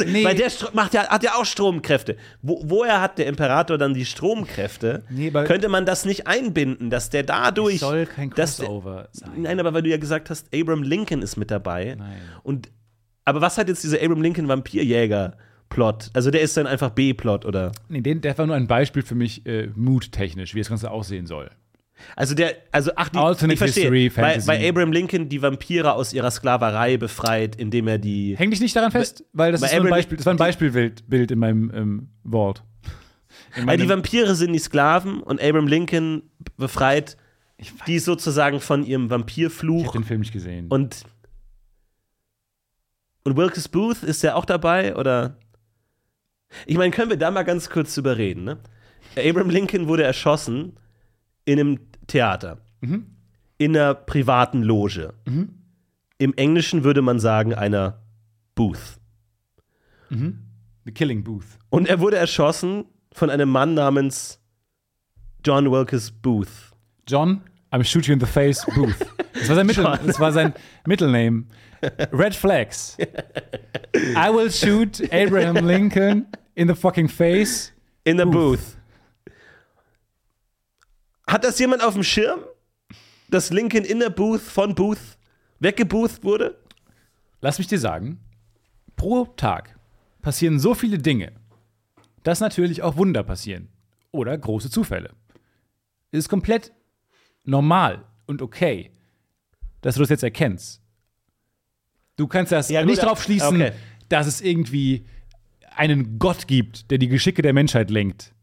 [SPEAKER 3] die!
[SPEAKER 2] Nee.
[SPEAKER 3] Weil der Stro- macht ja, hat ja auch Stromkräfte. Wo, woher hat der Imperator dann die Stromkräfte?
[SPEAKER 2] Nee, weil-
[SPEAKER 3] Könnte man das nicht einbinden, dass der dadurch.
[SPEAKER 2] Es soll kein
[SPEAKER 3] dass der-
[SPEAKER 2] Crossover sein.
[SPEAKER 3] Nein, aber weil du ja gesagt hast, Abraham Lincoln ist mit dabei.
[SPEAKER 2] Nein.
[SPEAKER 3] Und aber was hat jetzt dieser Abraham Lincoln Vampirjäger-Plot? Also der ist dann einfach B-Plot, oder?
[SPEAKER 2] Nee, den, der war nur ein Beispiel für mich äh, muttechnisch, wie das Ganze aussehen soll.
[SPEAKER 3] Also der, also ach, die,
[SPEAKER 2] Alternate
[SPEAKER 3] ich verstehe.
[SPEAKER 2] History,
[SPEAKER 3] bei,
[SPEAKER 2] Fantasy.
[SPEAKER 3] bei Abraham Lincoln die Vampire aus ihrer Sklaverei befreit, indem er die.
[SPEAKER 2] Häng dich nicht daran fest, weil das,
[SPEAKER 3] bei
[SPEAKER 2] ist nur ein
[SPEAKER 3] Abraham-
[SPEAKER 2] Beispiel, das war ein Beispielbild Bild in meinem ähm, Wort. In
[SPEAKER 3] Weil die
[SPEAKER 2] meinem-
[SPEAKER 3] Vampire sind die Sklaven und Abraham Lincoln befreit die sozusagen von ihrem
[SPEAKER 2] ich
[SPEAKER 3] Vampirfluch
[SPEAKER 2] habe den Film nicht gesehen.
[SPEAKER 3] und und Wilkes Booth ist der auch dabei oder ich meine können wir da mal ganz kurz drüber reden ne Abraham Lincoln wurde erschossen in einem Theater
[SPEAKER 2] Mhm.
[SPEAKER 3] in einer privaten Loge im Englischen würde man sagen einer Booth
[SPEAKER 2] The Killing Booth.
[SPEAKER 3] und er wurde erschossen von einem Mann namens John Wilkes Booth
[SPEAKER 2] John I'm shoot you in the face Booth. Das war sein, Mittel,
[SPEAKER 5] Sean.
[SPEAKER 2] das war sein Mittelname. Red Flags. I will shoot Abraham Lincoln in the fucking face.
[SPEAKER 3] In the booth. Hat das jemand auf dem Schirm? Dass Lincoln in der Booth von Booth weggebooth wurde?
[SPEAKER 2] Lass mich dir sagen, pro Tag passieren so viele Dinge, dass natürlich auch Wunder passieren oder große Zufälle. Es ist komplett normal und okay, dass du das jetzt erkennst. Du kannst das
[SPEAKER 5] Ja, gut,
[SPEAKER 2] nicht
[SPEAKER 5] ja.
[SPEAKER 2] darauf schließen,
[SPEAKER 3] Okay.
[SPEAKER 2] dass es irgendwie einen Gott gibt, der die Geschicke der Menschheit lenkt.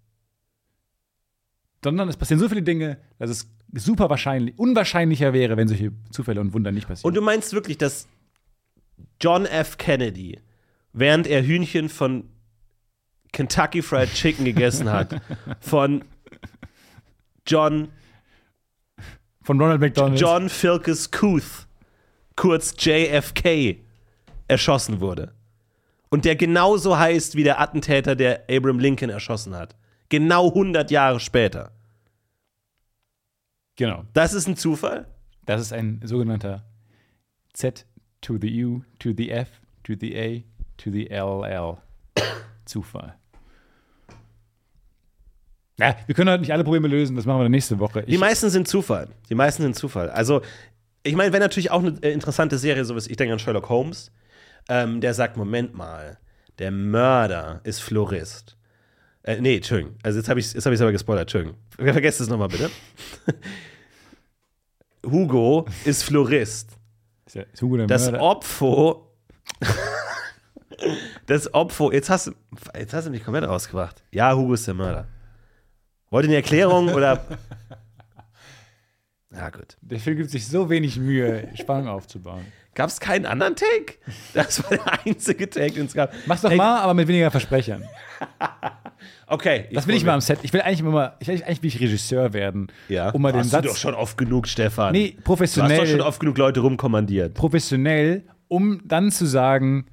[SPEAKER 2] Sondern es passieren so viele Dinge, dass es super wahrscheinlich, unwahrscheinlicher wäre, wenn solche Zufälle und Wunder nicht passieren.
[SPEAKER 3] Und du meinst wirklich, dass John F. Kennedy, während er Hühnchen von Kentucky Fried Chicken gegessen hat, von John,
[SPEAKER 2] Von Ronald McDonald.
[SPEAKER 3] John Filkes Cooth, kurz JFK, erschossen wurde. Und der genauso heißt wie der Attentäter, der Abraham Lincoln erschossen hat. Genau 100 Jahre später.
[SPEAKER 2] Genau.
[SPEAKER 3] Das ist ein Zufall?
[SPEAKER 2] Das ist ein sogenannter Z to the U, to the F, to the A, to the LL. <coughs> Zufall. Na, wir können heute nicht alle Probleme lösen, das machen wir dann nächste Woche.
[SPEAKER 3] Die
[SPEAKER 2] Ich,
[SPEAKER 3] meisten sind Zufall. Die meisten sind Zufall. Also, ich meine, wäre natürlich auch eine äh, interessante Serie, sowas. Ich denke an Sherlock Holmes, ähm, der sagt: Moment mal, der Mörder ist Florist. Äh, nee, Entschuldigung. Also, jetzt habe ich es hab ich's aber gespoilert. Entschuldigung. Ver- Vergesst es nochmal bitte. <laughs> Hugo ist Florist.
[SPEAKER 2] ist ja- ist Hugo der
[SPEAKER 3] Das
[SPEAKER 2] Mörder.
[SPEAKER 3] Opfo. <laughs> das Opfo. Jetzt hast, du, jetzt hast du mich komplett rausgebracht. Ja, Hugo ist der Mörder. Wollt ihr eine Erklärung
[SPEAKER 2] <laughs>
[SPEAKER 3] oder. Ja, gut.
[SPEAKER 2] der Film gibt sich so wenig Mühe, Spannung aufzubauen.
[SPEAKER 3] Gab es keinen anderen Take? Das war der einzige Take, den es gab.
[SPEAKER 2] Mach's doch
[SPEAKER 3] Ey,
[SPEAKER 2] mal, aber mit weniger Versprechern.
[SPEAKER 3] Okay.
[SPEAKER 2] Das will ich
[SPEAKER 3] probier-
[SPEAKER 2] mal am Set. Ich will eigentlich immer, ich will eigentlich will ich Regisseur werden,
[SPEAKER 3] Ja.
[SPEAKER 2] um mal den
[SPEAKER 3] Hast
[SPEAKER 2] Satz
[SPEAKER 3] du doch schon oft genug, Stefan.
[SPEAKER 2] Nee,
[SPEAKER 3] Du hast
[SPEAKER 2] professionell-
[SPEAKER 3] doch schon oft genug Leute rumkommandiert.
[SPEAKER 2] professionell, um dann zu sagen,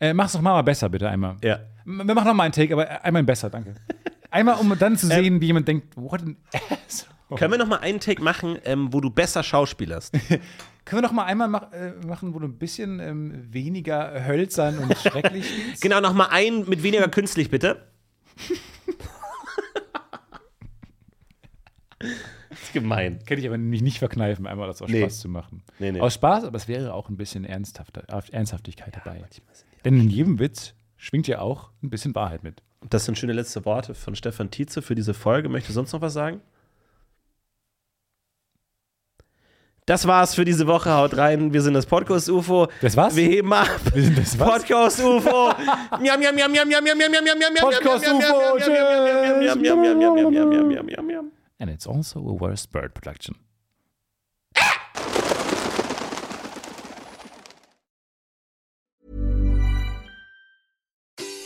[SPEAKER 2] äh, mach's doch mal, aber besser bitte einmal.
[SPEAKER 3] Ja.
[SPEAKER 2] M- Wir machen nochmal einen Take, aber einmal besser, danke. Einmal, um dann zu <laughs> sehen, wie jemand denkt, what an ass.
[SPEAKER 3] Können wir noch mal einen Take machen, ähm, wo du besser schauspielerst?
[SPEAKER 2] Können wir noch mal einmal mach, äh, machen, wo du ein bisschen ähm, weniger hölzern <laughs> und schrecklich spielst?
[SPEAKER 3] genau, noch mal einen mit weniger künstlich, bitte. das ist gemein.
[SPEAKER 2] Könnte ich aber mich nicht verkneifen, einmal das aus
[SPEAKER 3] Nee.
[SPEAKER 2] Spaß zu machen.
[SPEAKER 3] Nee, nee.
[SPEAKER 2] Aus Spaß, aber es wäre auch ein bisschen ernsthafter, Ernsthaftigkeit dabei. Denn in jedem Witz schwingt ja auch ein bisschen Wahrheit mit.
[SPEAKER 3] Das sind schöne letzte Worte von Stefan Tietze für diese Folge. Möchte sonst noch was sagen? Das war's für diese Woche. Haut rein. Wir sind das Podcast UFO.
[SPEAKER 2] Das war's?
[SPEAKER 3] Wir heben ab.
[SPEAKER 2] Wir sind das was?
[SPEAKER 3] Podcast UFO. Miam miam miam miam miam miam miam miam miam miam.
[SPEAKER 2] Podcast UFO.
[SPEAKER 3] Miam miam miam miam miam miam miam miam miam miam.
[SPEAKER 2] And it's also a worst bird production.